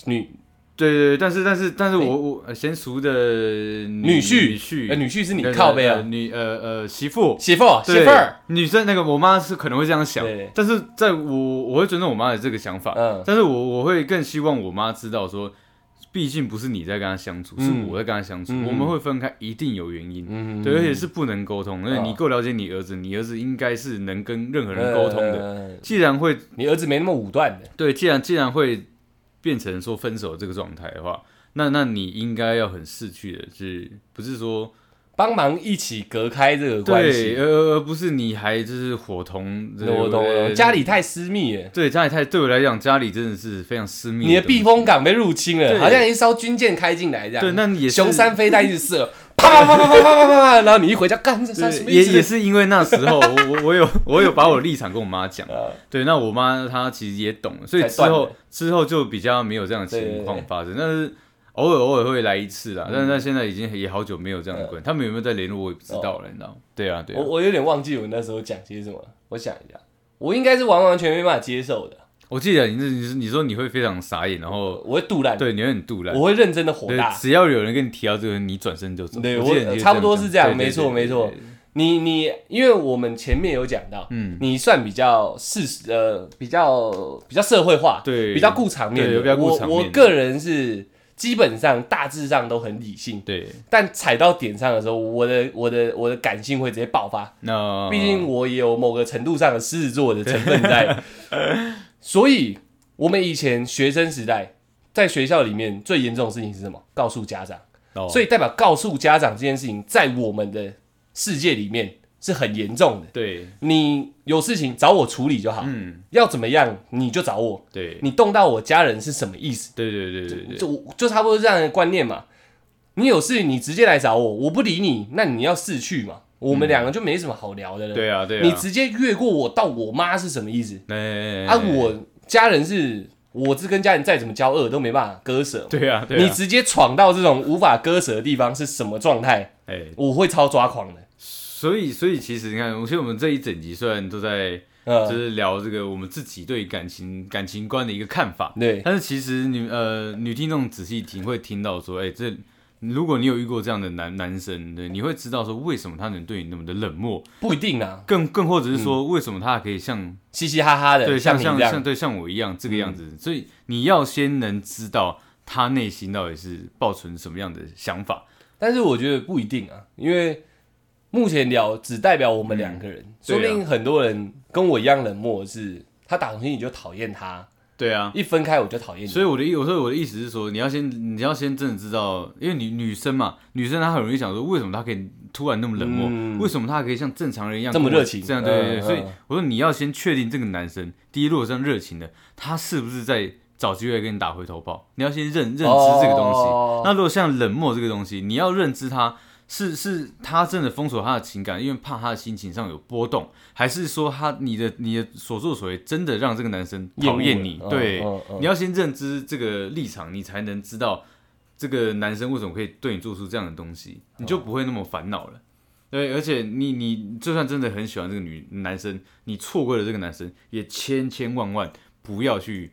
[SPEAKER 2] 女
[SPEAKER 1] 对对，对但是但是但是我我呃娴熟的女
[SPEAKER 2] 女婿
[SPEAKER 1] 女婿
[SPEAKER 2] 呃女婿是你
[SPEAKER 1] 对
[SPEAKER 2] 靠背
[SPEAKER 1] 呃
[SPEAKER 2] 啊，
[SPEAKER 1] 女呃呃媳妇
[SPEAKER 2] 媳妇儿
[SPEAKER 1] 对
[SPEAKER 2] 媳妇儿，
[SPEAKER 1] 女生那个我妈是可能会这样想
[SPEAKER 2] 对，
[SPEAKER 1] 但是在我我会尊重我妈的这个想法，
[SPEAKER 2] 嗯
[SPEAKER 1] 但是我我会更希望我妈知道说。毕竟不是你在跟她相处，是
[SPEAKER 2] 嗯
[SPEAKER 1] 我在跟她相处。
[SPEAKER 2] 嗯
[SPEAKER 1] 我们会分开，一定有原因。
[SPEAKER 2] 嗯
[SPEAKER 1] 对，而且是不能沟通，因为
[SPEAKER 2] 啊
[SPEAKER 1] 你够了解你儿子，你儿子应该是能跟任何人沟通的。
[SPEAKER 2] 的。
[SPEAKER 1] 既然会
[SPEAKER 2] 呃你儿子没那么武断的，
[SPEAKER 1] 对，既然既然会变成说分手这个状态的话，那那你应该要很识趣的去，不是说
[SPEAKER 2] 帮忙一起隔开这个关
[SPEAKER 1] 对，
[SPEAKER 2] 系。
[SPEAKER 1] 而而而不是你还就是伙同，这个
[SPEAKER 2] 我懂我懂，家里太私密了，
[SPEAKER 1] 对家里太对我来讲，家里真的是非常私密。
[SPEAKER 2] 你的避风港被入侵了，
[SPEAKER 1] 对
[SPEAKER 2] 好像一艘军舰开进来这样。
[SPEAKER 1] 对，那你也是
[SPEAKER 2] 熊山飞弹一直射，啪啪啪啪啪啪啪啪，然后你一回家，干这三
[SPEAKER 1] 对
[SPEAKER 2] 什么意
[SPEAKER 1] 也
[SPEAKER 2] 思？
[SPEAKER 1] 也是因为那时候，我我我有我有把我的立场跟我妈讲，
[SPEAKER 2] 呃
[SPEAKER 1] *laughs* 对，那我妈她其实也懂了，所以
[SPEAKER 2] 才
[SPEAKER 1] 之
[SPEAKER 2] 断
[SPEAKER 1] 后
[SPEAKER 2] 了
[SPEAKER 1] 之后就比较没有这样的
[SPEAKER 2] 对
[SPEAKER 1] 情
[SPEAKER 2] 对
[SPEAKER 1] 况
[SPEAKER 2] 对
[SPEAKER 1] 发生，但是偶尔偶尔会来一次啦，但是她现在已经也好久没有这样的
[SPEAKER 2] 嗯哦
[SPEAKER 1] 关系，他们有没有在联络我也不知道了，你知道吗？对啊，对啊
[SPEAKER 2] 我，我有点忘记我那时候讲些什么了，我想一下，我应该是完完全没办法接受的，
[SPEAKER 1] 我记得你是你是你说你会非常傻眼，然后
[SPEAKER 2] 我会杜烂，
[SPEAKER 1] 对你会很杜烂，
[SPEAKER 2] 我会认真的火
[SPEAKER 1] 对，
[SPEAKER 2] 大。
[SPEAKER 1] 只要有人跟你提到这个，你转身就走。
[SPEAKER 2] 对
[SPEAKER 1] 我
[SPEAKER 2] 我
[SPEAKER 1] 记得你
[SPEAKER 2] 差不多是这样
[SPEAKER 1] 讲对
[SPEAKER 2] 没错
[SPEAKER 1] 对对
[SPEAKER 2] 没错
[SPEAKER 1] 对对对
[SPEAKER 2] 你你，因为我们前面有讲到，
[SPEAKER 1] 嗯，
[SPEAKER 2] 你算比较事实，呃，比较比较社会化，
[SPEAKER 1] 对
[SPEAKER 2] 比较顾场面
[SPEAKER 1] 对
[SPEAKER 2] 的。
[SPEAKER 1] 比较顾场面
[SPEAKER 2] 我我个人是基本上大致上都很理性，
[SPEAKER 1] 对，
[SPEAKER 2] 但踩到点上的时候，我的我的我的感性会直接爆发。
[SPEAKER 1] 那
[SPEAKER 2] 毕竟我也有某个程度上的狮子座的成分
[SPEAKER 1] *laughs*
[SPEAKER 2] 在，所以我们以前学生时代在学校里面最严重的事情是什么？告诉家长。
[SPEAKER 1] 哦
[SPEAKER 2] 所以代表告诉家长这件事情，在我们的世界里面是很严重的。
[SPEAKER 1] 对，
[SPEAKER 2] 你有事情找我处理就好，
[SPEAKER 1] 嗯，
[SPEAKER 2] 要怎么样你就找我，
[SPEAKER 1] 对，
[SPEAKER 2] 你动到我家人是什么意思？
[SPEAKER 1] 对对对对对，
[SPEAKER 2] 就就差不多这样的观念嘛。你有事你直接来找我，我不理你，那你要逝去嘛。我们两个就没什么好聊的了。
[SPEAKER 1] 对啊对啊，
[SPEAKER 2] 你直接越过我到我妈是什么意思？
[SPEAKER 1] 哎
[SPEAKER 2] 啊，我家人是，我是跟家人再怎么交恶都没办法割舍嘛。
[SPEAKER 1] 对啊对啊，
[SPEAKER 2] 你直接闯到这种无法割舍的地方是什么状态？
[SPEAKER 1] 哎
[SPEAKER 2] 我会超抓狂的。
[SPEAKER 1] 所以，所以其实你看，我其实我们这一整集虽然都在就
[SPEAKER 2] 嗯，
[SPEAKER 1] 是聊这个我们自己对感情感情观的一个看法，
[SPEAKER 2] 对，
[SPEAKER 1] 但是其实女呃女听众仔细听会听到说，哎、这如果你有遇过这样的男男生，对，你会知道说为什么他能对你那么的冷漠，
[SPEAKER 2] 不一定啊，
[SPEAKER 1] 更更或者是说为什么他还可以像
[SPEAKER 2] 嘻嘻哈哈的，
[SPEAKER 1] 对
[SPEAKER 2] 像嗯
[SPEAKER 1] 像
[SPEAKER 2] 你
[SPEAKER 1] 像
[SPEAKER 2] 这样
[SPEAKER 1] 像，对像我一样这个样子，所以你要先能知道他内心到底是抱存什么样的想法，
[SPEAKER 2] 但是我觉得不一定啊，因为目前聊只代表我们两个人，
[SPEAKER 1] 对
[SPEAKER 2] 说
[SPEAKER 1] 啊
[SPEAKER 2] 不定很多人跟我一样冷漠的是，他打从心里就讨厌他，
[SPEAKER 1] 对啊，
[SPEAKER 2] 一分开我就讨厌
[SPEAKER 1] 所
[SPEAKER 2] 你。
[SPEAKER 1] 以我的意，我说我的意思是说，你要先，你要先真的知道，因为女女生嘛，女生她很容易想说，为什么她可以突然那么冷漠，
[SPEAKER 2] 嗯
[SPEAKER 1] 为什么她可以像正常人一样
[SPEAKER 2] 这么
[SPEAKER 1] 跟我
[SPEAKER 2] 热情
[SPEAKER 1] 这样对对对。
[SPEAKER 2] 嗯
[SPEAKER 1] 所以
[SPEAKER 2] 嗯
[SPEAKER 1] 我说你要先确定这个男生，第一，如果是热情的，他是不是在找机会跟你打回头炮？你要先认认知这个东西。
[SPEAKER 2] 哦
[SPEAKER 1] 那如果像冷漠这个东西，你要认知他。是是，他真的封锁他的情感，因为怕他的心情上有波动，还是说他你的你的所作所为真的让这个男生讨厌你
[SPEAKER 2] 厌恶？了
[SPEAKER 1] 对，
[SPEAKER 2] 嗯嗯嗯
[SPEAKER 1] 你要先认知这个立场，你才能知道这个男生为什么可以对你做出这样的东西，你就不会那么烦恼了。对，而且你你就算真的很喜欢这个女男生，你错过了这个男生，也千千万万不要去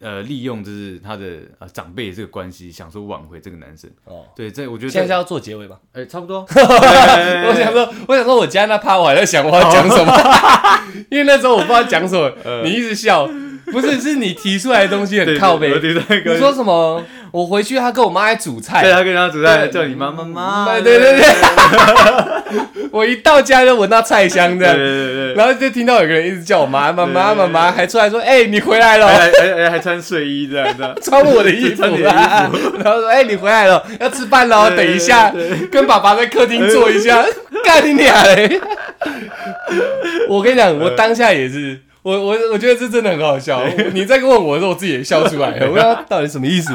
[SPEAKER 1] 呃利用就是他的呃长辈这个关系，想说挽回这个男生。
[SPEAKER 2] 哦
[SPEAKER 1] 对，这我觉得
[SPEAKER 2] 现在是要做结尾吗？
[SPEAKER 1] 哎、差不多，
[SPEAKER 2] 我想说，我想说，
[SPEAKER 1] 哦
[SPEAKER 2] 我
[SPEAKER 1] *laughs* 呃
[SPEAKER 2] 家那趴我还在想我要讲什么，因为那时候我不知道讲什么，你一直笑，不是，是你提出来的东西很靠背。
[SPEAKER 1] 我提到一
[SPEAKER 2] 你
[SPEAKER 1] 个，
[SPEAKER 2] 说什么？我回去，他跟我妈在煮
[SPEAKER 1] 对啊
[SPEAKER 2] 菜。
[SPEAKER 1] 他跟他主在
[SPEAKER 2] 对
[SPEAKER 1] 叫你妈妈妈，
[SPEAKER 2] 对对对对， *laughs* 我一到家就闻到菜香
[SPEAKER 1] 对
[SPEAKER 2] 的，
[SPEAKER 1] 对对对，
[SPEAKER 2] 然后就听到有个人一直叫我妈妈妈妈妈，还出来说：“哎，你回来了，
[SPEAKER 1] 还还还还穿睡衣这样子，
[SPEAKER 2] 穿我的衣服
[SPEAKER 1] 穿你的 *laughs*
[SPEAKER 2] 啦。”然后说：“哎，你回来了，要吃饭了，等一下，
[SPEAKER 1] 对对对
[SPEAKER 2] 跟爸爸在客厅坐一下， *laughs* 干你
[SPEAKER 1] *laughs*
[SPEAKER 2] 俩嘞！”我跟你讲，我当下也是，我我我觉得这真的很
[SPEAKER 1] *laughs*
[SPEAKER 2] 好笑。你在问我的时候，我自己也笑出来了。我要到底什么意思？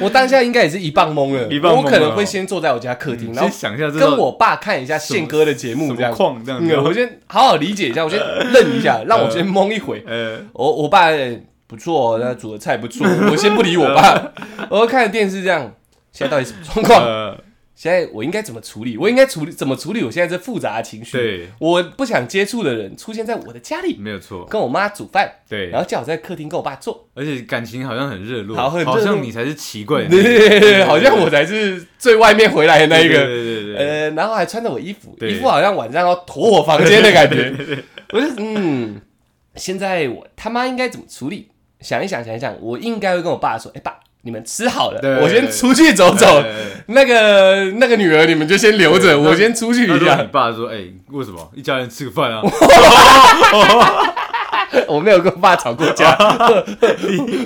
[SPEAKER 2] 我当下应该也是一棒懵了，
[SPEAKER 1] 一棒懵了啊
[SPEAKER 2] 我可能会先坐在我家客厅，然后
[SPEAKER 1] 先想一下这
[SPEAKER 2] 跟我爸看一下宪哥的节目，
[SPEAKER 1] 什
[SPEAKER 2] 这样
[SPEAKER 1] 么。啊况这样
[SPEAKER 2] 嗯，我
[SPEAKER 1] 子，
[SPEAKER 2] 先好好理解一下，我先愣一下，让我
[SPEAKER 1] 嗯
[SPEAKER 2] 先懵一回。
[SPEAKER 1] 呃，
[SPEAKER 2] 我我爸欸不错哦，他煮的菜不错，我先不理我爸，我要看着电视这样。现在到底什么状况？ *laughs*
[SPEAKER 1] 呃，
[SPEAKER 2] 现在我应该怎么处理？我应该处理怎么处理？我现在这复杂的情绪，
[SPEAKER 1] 对，
[SPEAKER 2] 我不想接触的人出现在我的家里，
[SPEAKER 1] 没有错，
[SPEAKER 2] 跟我妈煮饭，
[SPEAKER 1] 对
[SPEAKER 2] 然，后叫我在客厅跟我爸做，
[SPEAKER 1] 而且感情好像很热络，
[SPEAKER 2] 好很热络
[SPEAKER 1] 好像你才是奇怪的那个，
[SPEAKER 2] 对， *laughs* 好像我才是最外面回来的那一
[SPEAKER 1] 对
[SPEAKER 2] 个。
[SPEAKER 1] 对对对，
[SPEAKER 2] 呃，然后还穿着我衣服，
[SPEAKER 1] 对
[SPEAKER 2] 一副好像晚上要拖我房间的
[SPEAKER 1] *laughs*
[SPEAKER 2] 感觉。我就嗯，现在我他妈应该怎么处理？想一想，想一想，我应该会跟我爸说：“哎、爸，你们吃好了，
[SPEAKER 1] 对
[SPEAKER 2] 我先出去走走。
[SPEAKER 1] 呃
[SPEAKER 2] 那个那个女儿，你们就先留着，
[SPEAKER 1] 对
[SPEAKER 2] 我先出
[SPEAKER 1] *laughs*
[SPEAKER 2] 去
[SPEAKER 1] 那
[SPEAKER 2] 一
[SPEAKER 1] 如果你
[SPEAKER 2] 下。
[SPEAKER 1] 爸说，哎，为什么一家人吃个饭啊？
[SPEAKER 2] *laughs* 我没有跟我爸吵过
[SPEAKER 1] *laughs*
[SPEAKER 2] 架，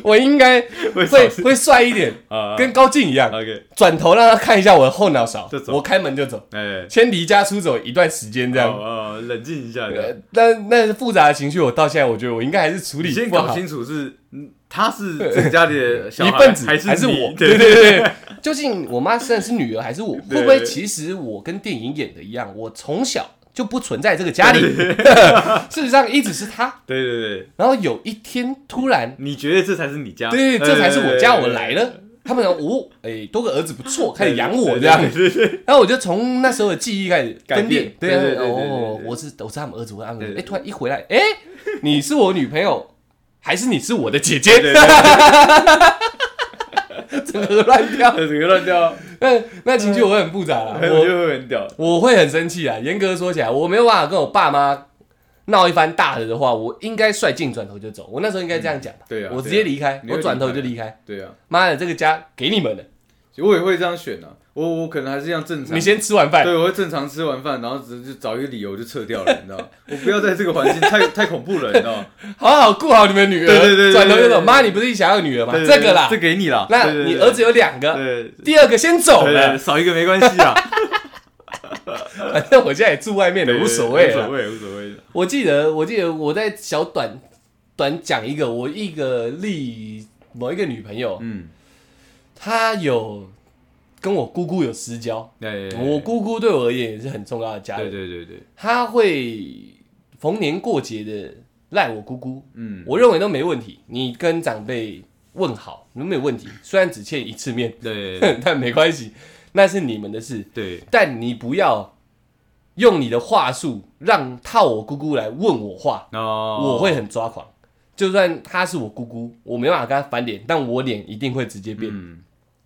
[SPEAKER 2] 我应该
[SPEAKER 1] 为什
[SPEAKER 2] 会
[SPEAKER 1] 么
[SPEAKER 2] 会帅一点，
[SPEAKER 1] 啊
[SPEAKER 2] 跟高进一样，
[SPEAKER 1] ？OK，
[SPEAKER 2] 转头让他看一下我的后脑勺
[SPEAKER 1] 就，走
[SPEAKER 2] 我开门就走，
[SPEAKER 1] 哎，
[SPEAKER 2] 先离家出走一段时间这样。
[SPEAKER 1] 哦，哦冷静一下，
[SPEAKER 2] 呃，但那复杂的情绪，我到现在我觉得我应该还是处
[SPEAKER 1] 你
[SPEAKER 2] 理
[SPEAKER 1] 先
[SPEAKER 2] 不
[SPEAKER 1] 搞
[SPEAKER 2] 好，呃
[SPEAKER 1] 清楚是嗯他是这家里的小
[SPEAKER 2] 一
[SPEAKER 1] 孩
[SPEAKER 2] 份子
[SPEAKER 1] 还
[SPEAKER 2] 是还
[SPEAKER 1] 是你
[SPEAKER 2] 我？
[SPEAKER 1] *laughs* 对
[SPEAKER 2] 对对对，究竟我妈生的是女儿还是我？会不会其实我跟电影演的一样，我从小就不存在这个家里， *laughs* 事实上一直是她。
[SPEAKER 1] 对对对，
[SPEAKER 2] 然后有一天突
[SPEAKER 1] *laughs*
[SPEAKER 2] 然，
[SPEAKER 1] 你觉得这才是你家？呃
[SPEAKER 2] 对，这才是我家，我来
[SPEAKER 1] 了，
[SPEAKER 2] 了。他们讲哦，哎，多个儿子不错，开始养我
[SPEAKER 1] 对
[SPEAKER 2] 这样
[SPEAKER 1] 对。对对 *laughs*
[SPEAKER 2] 然后我就从那时候的记忆开始
[SPEAKER 1] 改
[SPEAKER 2] 分裂
[SPEAKER 1] 变，
[SPEAKER 2] 对
[SPEAKER 1] 对
[SPEAKER 2] 啊
[SPEAKER 1] 对对对对
[SPEAKER 2] 哦，
[SPEAKER 1] 对
[SPEAKER 2] 我是我是他们儿子，我是他们儿子。哎，
[SPEAKER 1] 对
[SPEAKER 2] 突然一回来，哎，你是我女朋友，还是你是我的姐姐？
[SPEAKER 1] 对对对，
[SPEAKER 2] *laughs* 整个乱掉。
[SPEAKER 1] 对整个乱
[SPEAKER 2] *laughs*
[SPEAKER 1] 掉，哎
[SPEAKER 2] 那那情绪我会很复杂啦，
[SPEAKER 1] 我就
[SPEAKER 2] 我
[SPEAKER 1] 会很屌。
[SPEAKER 2] 我会很生气啊。严格说起来，我没有办法跟我爸妈闹一番大的的话，我应该率性转头就走。我那时候应该这样讲吧，
[SPEAKER 1] 对啊
[SPEAKER 2] 我直
[SPEAKER 1] 对
[SPEAKER 2] 接
[SPEAKER 1] 啊
[SPEAKER 2] 离开，
[SPEAKER 1] 你会
[SPEAKER 2] 我转头
[SPEAKER 1] 离
[SPEAKER 2] 就
[SPEAKER 1] 开
[SPEAKER 2] 离开。
[SPEAKER 1] 对啊，
[SPEAKER 2] 妈的，这个家给你们了，
[SPEAKER 1] 其实我也会这样选啊，我我可能还是啊这样正常。
[SPEAKER 2] 你先吃完饭。
[SPEAKER 1] 对，我会正常吃完饭，然后只就找一个理由就撤掉了，你知道吗？我不要在这个环境太太恐怖了，你知道吗？
[SPEAKER 2] 好好顾好你们女儿。
[SPEAKER 1] 对对对对
[SPEAKER 2] 转头就
[SPEAKER 1] 对
[SPEAKER 2] 走。
[SPEAKER 1] 对
[SPEAKER 2] 妈，你不是想要女儿吗？
[SPEAKER 1] 对对
[SPEAKER 2] 这
[SPEAKER 1] 对
[SPEAKER 2] 个啦
[SPEAKER 1] 这，给你啦。
[SPEAKER 2] 那
[SPEAKER 1] 对对对
[SPEAKER 2] 你儿子有哦两个，
[SPEAKER 1] 对
[SPEAKER 2] 第二个先走
[SPEAKER 1] 对对，
[SPEAKER 2] 了。
[SPEAKER 1] 少一个没关系啊，
[SPEAKER 2] 反正我现 *laughs* 在也住外面的，无所谓啊
[SPEAKER 1] 无所
[SPEAKER 2] 了。
[SPEAKER 1] 谓，无所谓。
[SPEAKER 2] 我记得，我记得我在小短短讲一个，我一个例某一个女朋友，
[SPEAKER 1] 嗯，
[SPEAKER 2] 她有跟我姑姑有私交。
[SPEAKER 1] 嗯对，对对
[SPEAKER 2] 我姑姑对我而言也是很重要的家
[SPEAKER 1] 对
[SPEAKER 2] 人，
[SPEAKER 1] 对对对，
[SPEAKER 2] 她会逢年过节的赖我姑姑，
[SPEAKER 1] 嗯，
[SPEAKER 2] 我认为都没问题。你跟长辈问好，都没有问题，虽然只欠一次面。
[SPEAKER 1] 对
[SPEAKER 2] *laughs* 但没关系，那是你们的事。
[SPEAKER 1] 对
[SPEAKER 2] 但你不要用你的话术让套我姑姑来问我话，
[SPEAKER 1] 哦，
[SPEAKER 2] *laughs* 我会很抓狂。就算她是我姑姑，我没办法跟她翻脸，但我脸一定会直接变。
[SPEAKER 1] 嗯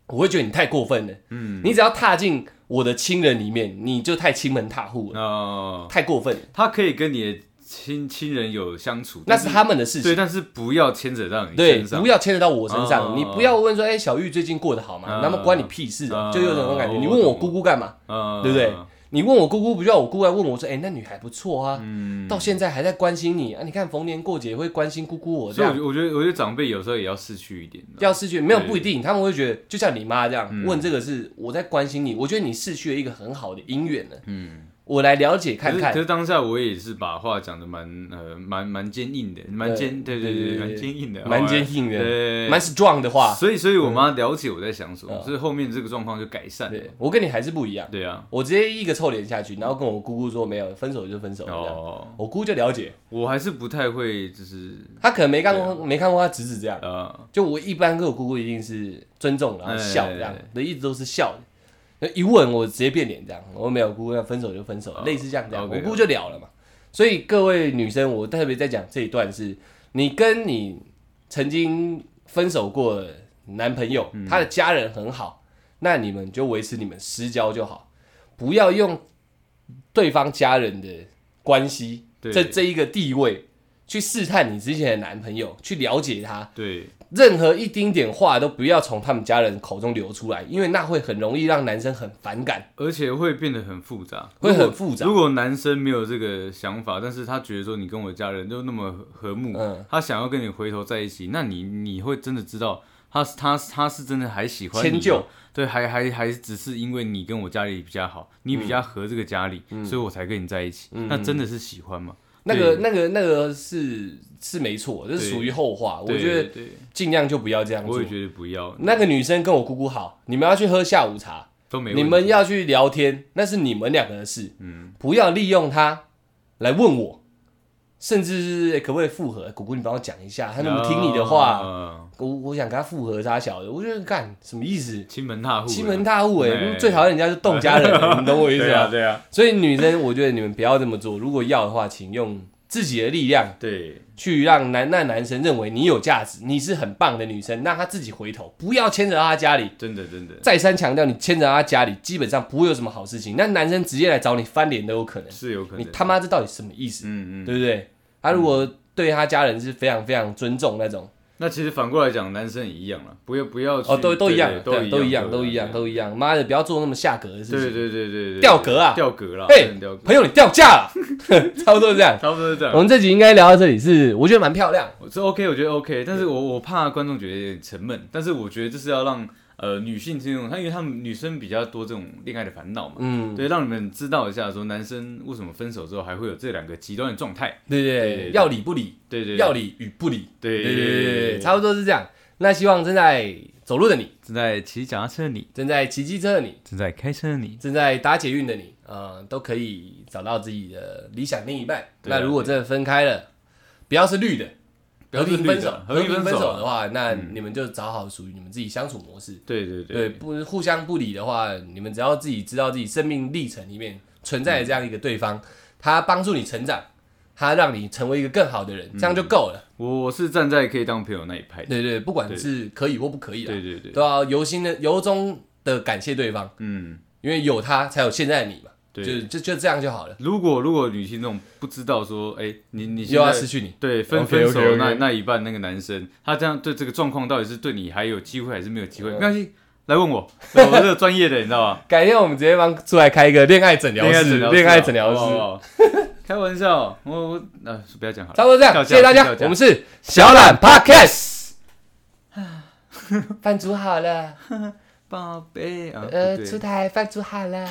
[SPEAKER 2] 我会觉得你太过分了，
[SPEAKER 1] 嗯
[SPEAKER 2] 你只要踏进我的亲人里面，你就太亲门踏户了，
[SPEAKER 1] 哦，
[SPEAKER 2] 太过分了，
[SPEAKER 1] 他可以跟你的亲亲人有相处，
[SPEAKER 2] 那
[SPEAKER 1] 但
[SPEAKER 2] 是他们的事
[SPEAKER 1] 对，
[SPEAKER 2] 情。
[SPEAKER 1] 但是不要牵扯到你
[SPEAKER 2] 对，
[SPEAKER 1] 身上，
[SPEAKER 2] 不要牵扯到我身
[SPEAKER 1] 哦
[SPEAKER 2] 上，你不要问说，哎、小玉最近过得好吗？
[SPEAKER 1] 嗯
[SPEAKER 2] 那么关你屁事啊，
[SPEAKER 1] 嗯
[SPEAKER 2] 就有种感觉。
[SPEAKER 1] 我
[SPEAKER 2] 你问我
[SPEAKER 1] 懂
[SPEAKER 2] 姑姑干嘛？
[SPEAKER 1] 嗯，
[SPEAKER 2] 对不对？你问我姑姑，不就要我姑姑来问我说，哎、那女孩不错啊，
[SPEAKER 1] 嗯，
[SPEAKER 2] 到现在还在关心你啊！你看逢年过节会关心姑姑我
[SPEAKER 1] 所
[SPEAKER 2] 这
[SPEAKER 1] 以我觉，
[SPEAKER 2] 样
[SPEAKER 1] 得我觉得我觉得长辈有时候也要逝去一点，
[SPEAKER 2] 要失去没有
[SPEAKER 1] 对
[SPEAKER 2] 不一定，他们会觉得就像你妈这样、
[SPEAKER 1] 嗯
[SPEAKER 2] 问这个是我在关心你，我觉得你逝去了一个很好的姻缘了，
[SPEAKER 1] 嗯，
[SPEAKER 2] 我来了解
[SPEAKER 1] 可
[SPEAKER 2] 看
[SPEAKER 1] 是
[SPEAKER 2] 看
[SPEAKER 1] 可。是当下我也是把话讲的蛮呃蛮蛮坚硬的，蛮坚
[SPEAKER 2] 对
[SPEAKER 1] 对对
[SPEAKER 2] 对
[SPEAKER 1] 对，
[SPEAKER 2] 对
[SPEAKER 1] 蛮坚硬的，啊
[SPEAKER 2] 蛮坚硬的
[SPEAKER 1] 哦对
[SPEAKER 2] 蛮 strong 的话，
[SPEAKER 1] 所以所以我妈了解我在想什么，
[SPEAKER 2] 嗯
[SPEAKER 1] 所以后面这个状况就改善了，
[SPEAKER 2] 对我跟你还是不一样，
[SPEAKER 1] 对啊，
[SPEAKER 2] 我直接一个臭脸下去，然后跟我姑姑说没有分手就分手了这样，
[SPEAKER 1] 哦。
[SPEAKER 2] 我姑就了解，
[SPEAKER 1] 我还是不太会，就是
[SPEAKER 2] 她可能没看
[SPEAKER 1] 啊
[SPEAKER 2] 过没看过她侄子这样，
[SPEAKER 1] 呃，
[SPEAKER 2] 就我一般跟我姑姑一定是尊重，然后笑这样
[SPEAKER 1] 哎，
[SPEAKER 2] 那一直都是笑的。那一问我直接变脸这样，我没有姑姑要分手就分手，
[SPEAKER 1] 哦
[SPEAKER 2] 类似这样这样，我
[SPEAKER 1] OK，OK
[SPEAKER 2] 姑就了了嘛。所以各位女生，我特别在讲这一段是，你跟你曾经分手过的男朋友，
[SPEAKER 1] 嗯
[SPEAKER 2] 他的家人很好，那你们就维持你们私交就好，不要用对方家人的关系
[SPEAKER 1] 对
[SPEAKER 2] 这这一个地位去试探你之前的男朋友，去了解他，
[SPEAKER 1] 对，
[SPEAKER 2] 任何一丁点话都不要从他们家人口中流出来，因为那会很容易让男生很反感。
[SPEAKER 1] 而且会变得很复杂，
[SPEAKER 2] 会很
[SPEAKER 1] 如果
[SPEAKER 2] 复杂
[SPEAKER 1] 如果男生没有这个想法，但是他觉得说你跟我家人就那么和睦，
[SPEAKER 2] 嗯
[SPEAKER 1] 他想要跟你回头在一起，那你你会真的知道他他他是真的还喜欢你吗
[SPEAKER 2] 迁就，
[SPEAKER 1] 对，还还还只是因为你跟我家里比较好，你
[SPEAKER 2] 嗯
[SPEAKER 1] 比较合这个家里，所以我才跟你在一起。那真的是喜欢吗？
[SPEAKER 2] 那个、那个、那个是是没错，这
[SPEAKER 1] 对
[SPEAKER 2] 是属于后话。我
[SPEAKER 1] 对
[SPEAKER 2] 觉得
[SPEAKER 1] 对，
[SPEAKER 2] 尽量就不要这样做
[SPEAKER 1] 我也。觉得不要，
[SPEAKER 2] 那个女生跟我姑姑好，你们要去喝下午茶，
[SPEAKER 1] 都没问题
[SPEAKER 2] 你们要去聊天，那是你们两个的事，嗯，不要利用她来问我，甚至是、欸可不可以复合？姑姑，你帮我讲一下，她怎么听你的话？
[SPEAKER 1] 啊
[SPEAKER 2] 我我想跟她复合，她小的，我觉得干什么意思？
[SPEAKER 1] 亲门踏户，啊
[SPEAKER 2] 欺门踏户哎、
[SPEAKER 1] 对
[SPEAKER 2] 最讨厌人家是动家人了，你懂我意思
[SPEAKER 1] 对啊
[SPEAKER 2] 吗？
[SPEAKER 1] 对啊，
[SPEAKER 2] 所以女生，我觉得你们不要这么做。如果要的话，请用自己的力量
[SPEAKER 1] 对
[SPEAKER 2] 去让男那男生认为你有价值，你是很棒的女生，让他自己回头，不要牵扯到他家里。
[SPEAKER 1] 真的真的
[SPEAKER 2] 再三强调，你牵扯到他家里，基本上不会有什么好事情。那男生直接来找你翻脸都有可能，
[SPEAKER 1] 是有可能
[SPEAKER 2] 你。他妈这到底什么意思？
[SPEAKER 1] 嗯嗯，
[SPEAKER 2] 对不对？他如果对他家人是非常非常尊重那种，
[SPEAKER 1] 那其实反过来讲，男生也一样了，不要不要去
[SPEAKER 2] 哦，都都一样，
[SPEAKER 1] 对对
[SPEAKER 2] 对，都一样，都一样，
[SPEAKER 1] 对
[SPEAKER 2] 都一样。妈的，不要做那么下格的事情。
[SPEAKER 1] 对对对对对，
[SPEAKER 2] 掉格啊
[SPEAKER 1] 掉格啦，
[SPEAKER 2] 嘿
[SPEAKER 1] 真的掉格，
[SPEAKER 2] 朋友，你掉价了， *laughs* 差不多是这样。
[SPEAKER 1] 差不多是这
[SPEAKER 2] 我
[SPEAKER 1] 样。
[SPEAKER 2] 们这集应该聊到这里是，我觉得蛮漂亮。
[SPEAKER 1] 我这 OK，我觉得 OK，但是我我怕观众觉得有点沉闷，但是我觉得就是要让呃女性听众，她因为她们女生比较多这种恋爱的烦恼嘛，
[SPEAKER 2] 嗯，
[SPEAKER 1] 对，让你们知道一下说男生为什么分手之后还会有这两个极端的状态，
[SPEAKER 2] 对对
[SPEAKER 1] 对
[SPEAKER 2] 对
[SPEAKER 1] 对，
[SPEAKER 2] 要理不理，
[SPEAKER 1] 对对，
[SPEAKER 2] 要理与不理，
[SPEAKER 1] 对对
[SPEAKER 2] 对对对对
[SPEAKER 1] 对
[SPEAKER 2] 对，
[SPEAKER 1] 对，
[SPEAKER 2] 差不多是这样。那希望正在走路的你，
[SPEAKER 1] 正在骑脚踏车的你，
[SPEAKER 2] 正在骑机车的你，
[SPEAKER 1] 正在开车的你，
[SPEAKER 2] 正在打捷运的你，呃，都可以找到自己的理想另一半。
[SPEAKER 1] 对啊
[SPEAKER 2] 那如果真的分开了，不要是绿的，
[SPEAKER 1] 不
[SPEAKER 2] 和
[SPEAKER 1] 要是
[SPEAKER 2] 平
[SPEAKER 1] 绿
[SPEAKER 2] 分手，嗯
[SPEAKER 1] 的
[SPEAKER 2] 和平分
[SPEAKER 1] 和平分手
[SPEAKER 2] 手
[SPEAKER 1] 啊
[SPEAKER 2] 的话，那你们就找好属于你们自己相处模式。
[SPEAKER 1] 对对
[SPEAKER 2] 对，
[SPEAKER 1] 对，
[SPEAKER 2] 不互相不理的话，你们只要自己知道自己生命历程里面存在的这样一个对方，他帮助你成长，他让你成为一个更好的
[SPEAKER 1] 嗯
[SPEAKER 2] 人，这样就够了。
[SPEAKER 1] 我我是站在可以当朋友那一派的，
[SPEAKER 2] 对对，不管是可以或不可以
[SPEAKER 1] 对
[SPEAKER 2] 啦，
[SPEAKER 1] 对对，
[SPEAKER 2] 都要由心的由衷的感谢对方，
[SPEAKER 1] 嗯，
[SPEAKER 2] 因为有他才有现在的你嘛。
[SPEAKER 1] 对
[SPEAKER 2] 就就就这样就好了，
[SPEAKER 1] 如果如果女性这种不知道说，哎、你你现
[SPEAKER 2] 又要失
[SPEAKER 1] 在
[SPEAKER 2] 去你。
[SPEAKER 1] 对分
[SPEAKER 2] OK，OK，OK
[SPEAKER 1] 分手的那那一半那个男生，他这样对这个状况到底是对你还有机会还是没有机会？
[SPEAKER 2] 嗯
[SPEAKER 1] 没关系，来问我，对我这个专业的，你知道 *laughs* 吗？
[SPEAKER 2] 改天我们直接帮出来开一个恋爱诊疗室，恋爱诊疗
[SPEAKER 1] 啊好不
[SPEAKER 2] 室，
[SPEAKER 1] 好开玩笑，我我呃不要讲好
[SPEAKER 2] 差
[SPEAKER 1] 了，
[SPEAKER 2] 不多这
[SPEAKER 1] 跳
[SPEAKER 2] 样，
[SPEAKER 1] 价
[SPEAKER 2] 谢谢大
[SPEAKER 1] 跳
[SPEAKER 2] 家，
[SPEAKER 1] 价
[SPEAKER 2] 我们是小
[SPEAKER 1] *laughs*
[SPEAKER 2] 懒 Podcast，饭煮好了。
[SPEAKER 1] 宝贝啊，啊
[SPEAKER 2] 呃，
[SPEAKER 1] 不对
[SPEAKER 2] 出台饭煮好了，